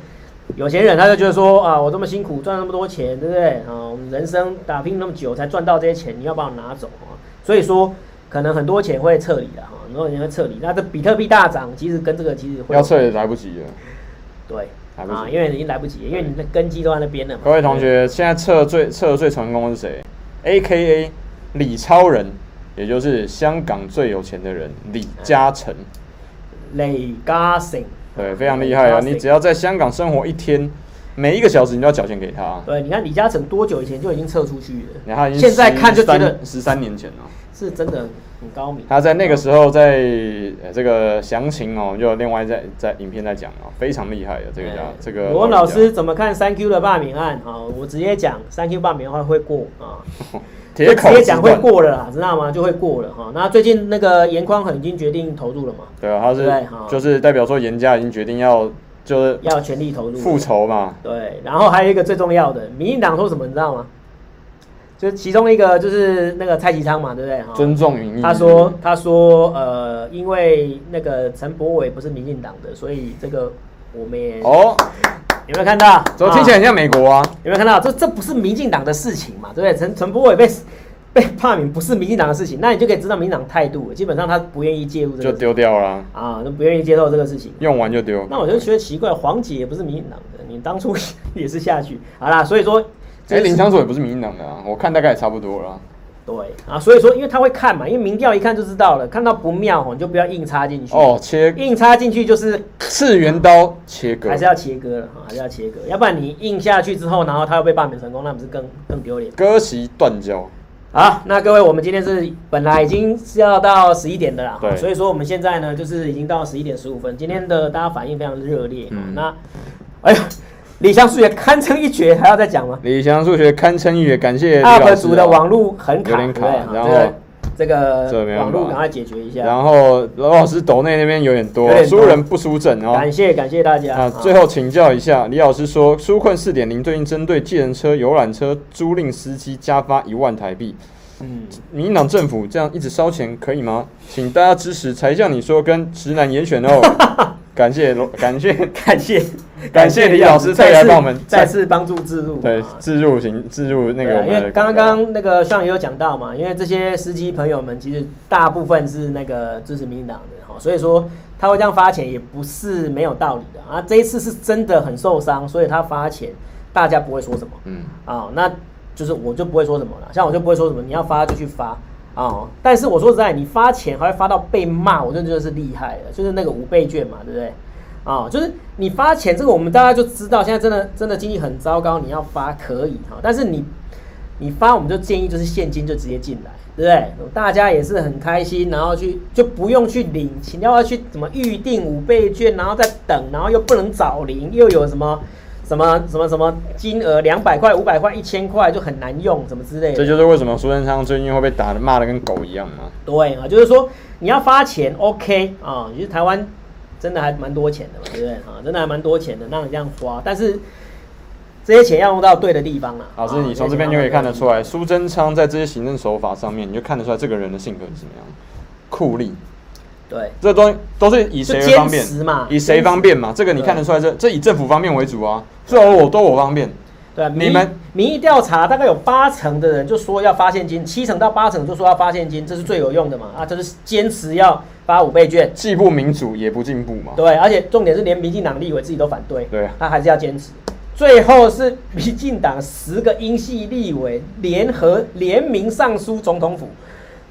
Speaker 2: 有些人他就觉得说啊，我这么辛苦赚那么多钱，对不对？啊，我们人生打拼那么久才赚到这些钱，你要把我拿走啊。所以说，可能很多钱会撤离的啊哈，很多钱会撤离。那这比特币大涨，其实跟这个其实会
Speaker 1: 要撤也来不及了。
Speaker 2: 对
Speaker 1: 来不及
Speaker 2: 啊，因为已经来不及，因为你的根基都在那边了嘛。
Speaker 1: 各位同学，现在测最测最成功的是谁？A K A 李超人，也就是香港最有钱的人李嘉诚。
Speaker 2: 累加省，
Speaker 1: 对，非常厉害啊！
Speaker 2: 啊李嘉诚
Speaker 1: 你只要在香港生活一天，每一个小时你都要缴钱给他。啊
Speaker 2: 对，你看李嘉诚多久以前就已经撤出去
Speaker 1: 然后
Speaker 2: 了，现在看就觉得
Speaker 1: 十三年前了。
Speaker 2: 是真的很高明。
Speaker 1: 他在那个时候在呃这个详情哦，就另外在在影片在讲哦，非常厉害的这个家
Speaker 2: 哎
Speaker 1: 这个
Speaker 2: 罗文老师怎么看三 Q 的罢免案啊？我直接讲三 Q 罢免案会过啊，
Speaker 1: 铁
Speaker 2: 就
Speaker 1: 口
Speaker 2: 直接
Speaker 1: 直
Speaker 2: 讲会
Speaker 1: 断，
Speaker 2: 过了啦，知道吗？就会过了哈。那最近那个严匡衡已经决定投入了嘛，
Speaker 1: 对啊，他
Speaker 2: 对
Speaker 1: 是
Speaker 2: 哈
Speaker 1: 就是代表说严家已经决定要就是
Speaker 2: 要全力投入
Speaker 1: 复仇嘛，
Speaker 2: 对，然后还有一个最重要的，民进党说什么你知道吗？就是其中一个就是那个蔡其昌嘛，对不对？哈，
Speaker 1: 尊重民意。
Speaker 2: 他说：“他说，呃，因为那个陈柏伟不是民进党的，所以这个我们也、
Speaker 1: 哦，
Speaker 2: 有没有看到？
Speaker 1: 怎么听起来
Speaker 2: 啊
Speaker 1: 很像美国啊？
Speaker 2: 有没有看到？这这不是民进党的事情嘛，对不对？陈陈柏伟被被罢免不是民进党的事情，那你就可以知道民进党态度了，基本上他不愿意介入这
Speaker 1: 就
Speaker 2: 个事
Speaker 1: 丢掉了啊，
Speaker 2: 啊，就不愿意接受这个事情。
Speaker 1: 用完就丢。哎
Speaker 2: 那我就觉得奇怪，黄姐也不是民进党的，你当初也是下去，好啦，所以说。”
Speaker 1: 哎，林昌佐也不是民进党的啊，我看大概也差不多了啊。
Speaker 2: 对啊，所以说，因为他会看嘛，因为民调一看就知道了，看到不妙吼，你就不要硬插进去。
Speaker 1: 哦，切
Speaker 2: 硬插进去就是
Speaker 1: 次元刀切割
Speaker 2: 还，是要切割了，啊哈还是要切割，要不然你硬下去之后，然后他又被罢免成功，那不是更更丢脸？
Speaker 1: 割席断交。
Speaker 2: 好，那各位，我们今天是本来已经是要到十一点的啦，
Speaker 1: 对
Speaker 2: 所以说我们现在呢，就是已经到十一点十五分。今天的大家反应非常热烈，哦
Speaker 1: 嗯
Speaker 2: 那哎呀，李湘数学堪称一绝，还要再讲吗？
Speaker 1: 李翔数学堪称一绝，感谢李老
Speaker 2: UP
Speaker 1: 师
Speaker 2: 主
Speaker 1: 啊
Speaker 2: 的网路很卡，
Speaker 1: 有点卡
Speaker 2: 对不对
Speaker 1: 然后
Speaker 2: 哈这个
Speaker 1: 这
Speaker 2: 这
Speaker 1: 个没
Speaker 2: 个
Speaker 1: 办法
Speaker 2: 网路赶快解决一下。
Speaker 1: 然后罗老师抖内那边有点多
Speaker 2: 有，点多
Speaker 1: 输人不输阵哦
Speaker 2: 感。谢感谢大家。
Speaker 1: 那
Speaker 2: 啊
Speaker 1: 最后请教一下，李老师说，纾困四点零最近针对计程车、游览车租赁司机加发一万台币，
Speaker 2: 嗯，
Speaker 1: 民进党政府这样一直烧钱可以吗？请大家支持才像你说跟直男严选哦。
Speaker 2: (laughs)
Speaker 1: 感谢罗，感谢
Speaker 2: 感谢
Speaker 1: 感谢李老师再来帮我们
Speaker 2: 再次帮助自入。
Speaker 1: 对
Speaker 2: 啊
Speaker 1: 自入型自入那个我
Speaker 2: 对，因
Speaker 1: 们的
Speaker 2: 为刚
Speaker 1: 广告
Speaker 2: 刚那个上也有讲到嘛，因为这些司机朋友们其实大部分是那个支持民进党的哈，所以说他会这样发钱也不是没有道理的啊。这一次是真的很受伤，所以他发钱，大家不会说什么
Speaker 1: 嗯，
Speaker 2: 啊、那就是我就不会说什么了，像我就不会说什么，你要发就去发啊、但是我说实在，你发钱还会发到被骂，我就觉得是厉害了，就是那个五倍券嘛，对不对？啊、就是你发钱这个，我们大家就知道，现在真的真的经济很糟糕，你要发可以啊哈、但是你你发我们就建议就是现金就直接进来，对不对？大家也是很开心，然后去就不用去领，请要去怎么预定五倍券，然后再等，然后又不能早领，又有什么什么什么什么金额两百块、五百块、一千块就很难用，什么之类的。
Speaker 1: 这就是为什么苏贞昌最近会被打的骂的跟狗一样嘛。
Speaker 2: 对啊，就是说你要发钱，OK 啊，其实台湾真的还蛮多钱的嘛，对不对啊？真的还蛮多钱的，让你这样花，但是这些钱要用到对的地方啊。
Speaker 1: 老师，
Speaker 2: 啊
Speaker 1: 你从这边就可以看得出来，苏贞昌在这些行政手法上面，你就看得出来这个人的性格是怎么样，酷吏。
Speaker 2: 对。
Speaker 1: 这东西都是以谁为方便
Speaker 2: 就坚持嘛
Speaker 1: 以谁方便嘛？这个你看得出来这，这以政府方面为主啊，最好我都我方便。
Speaker 2: 对啊，
Speaker 1: 你
Speaker 2: 民意
Speaker 1: 们
Speaker 2: 民意调查大概有八成的人就说要发现金，七成到八成就说要发现金，这是最有用的嘛啊，就是坚持要发五倍券。
Speaker 1: 既不民主也不进步嘛。
Speaker 2: 对，而且重点是连民进党立委自己都反对，
Speaker 1: 对啊
Speaker 2: 他还是要坚持。最后是民进党十个英系立委联合联名上书总统府，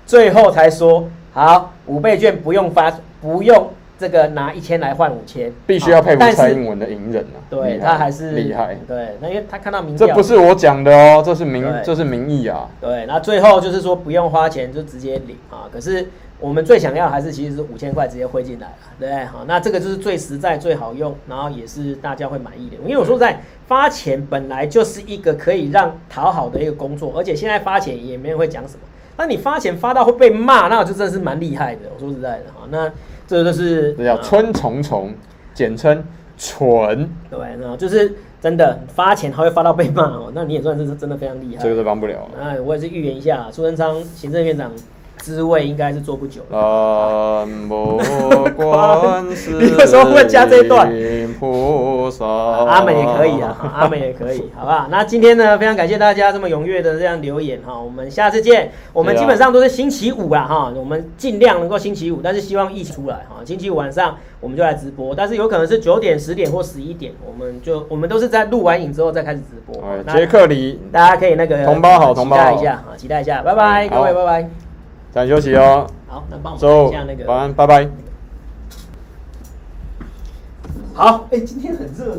Speaker 2: 最后才说好五倍券不用发，不用这个拿一千来换五千，啊
Speaker 1: 必须要佩服
Speaker 2: 但是
Speaker 1: 蔡英文的隐忍啊！
Speaker 2: 对
Speaker 1: 厉害
Speaker 2: 他还是
Speaker 1: 厉害，
Speaker 2: 对，那因为他看到民调
Speaker 1: 这
Speaker 2: 嘛，
Speaker 1: 不是我讲的哦，这是民
Speaker 2: 对
Speaker 1: 这是民意啊。
Speaker 2: 对，那最后就是说不用花钱就直接领啊。可是我们最想要的还是其实是五千块直接汇进来了，对不对？好，那这个就是最实在、最好用，然后也是大家会满意的。因为我说实在发钱本来就是一个可以让讨好的一个工作，而且现在发钱也没人会讲什么。那你发钱发到会被骂，那我就真的是蛮厉害的。我说实在的哈，那这就是
Speaker 1: 这叫
Speaker 2: 啊
Speaker 1: 春虫虫，简称蠢，
Speaker 2: 对，那就是真的发钱还会发到被骂哦，那你也算是真的非常厉害。
Speaker 1: 这个都帮不了了。
Speaker 2: 啊哎，我也是预言一下，苏贞昌行政院长滋味应该是做不久
Speaker 1: 哦
Speaker 2: 了。
Speaker 1: 南无观世
Speaker 2: (laughs) 你为什么会加这一段
Speaker 1: 音菩萨，
Speaker 2: 阿美也可以啊，啊阿美也可以，好不好？那今天呢，非常感谢大家这么踊跃的这样留言哈，我们下次见。我们基本上都是星期五啦哈，我们尽量能够星期五，但是希望疫情出来哈，星期五晚上我们就来直播，但是有可能是九点、十点或十一点，我们就我们都是在录完影之后再开始直播
Speaker 1: (laughs) 哎。
Speaker 2: 那
Speaker 1: 杰克里，
Speaker 2: 大家可以那个
Speaker 1: 同胞好同胞
Speaker 2: 期
Speaker 1: 好
Speaker 2: 待一下啊，期待一下，拜拜，各
Speaker 1: 好
Speaker 2: 位拜拜。
Speaker 1: 咱休息哦。
Speaker 2: 好，那帮我们看
Speaker 1: 周
Speaker 2: 一下那个。
Speaker 1: 晚安，拜拜。
Speaker 2: 好，哎、今天很热。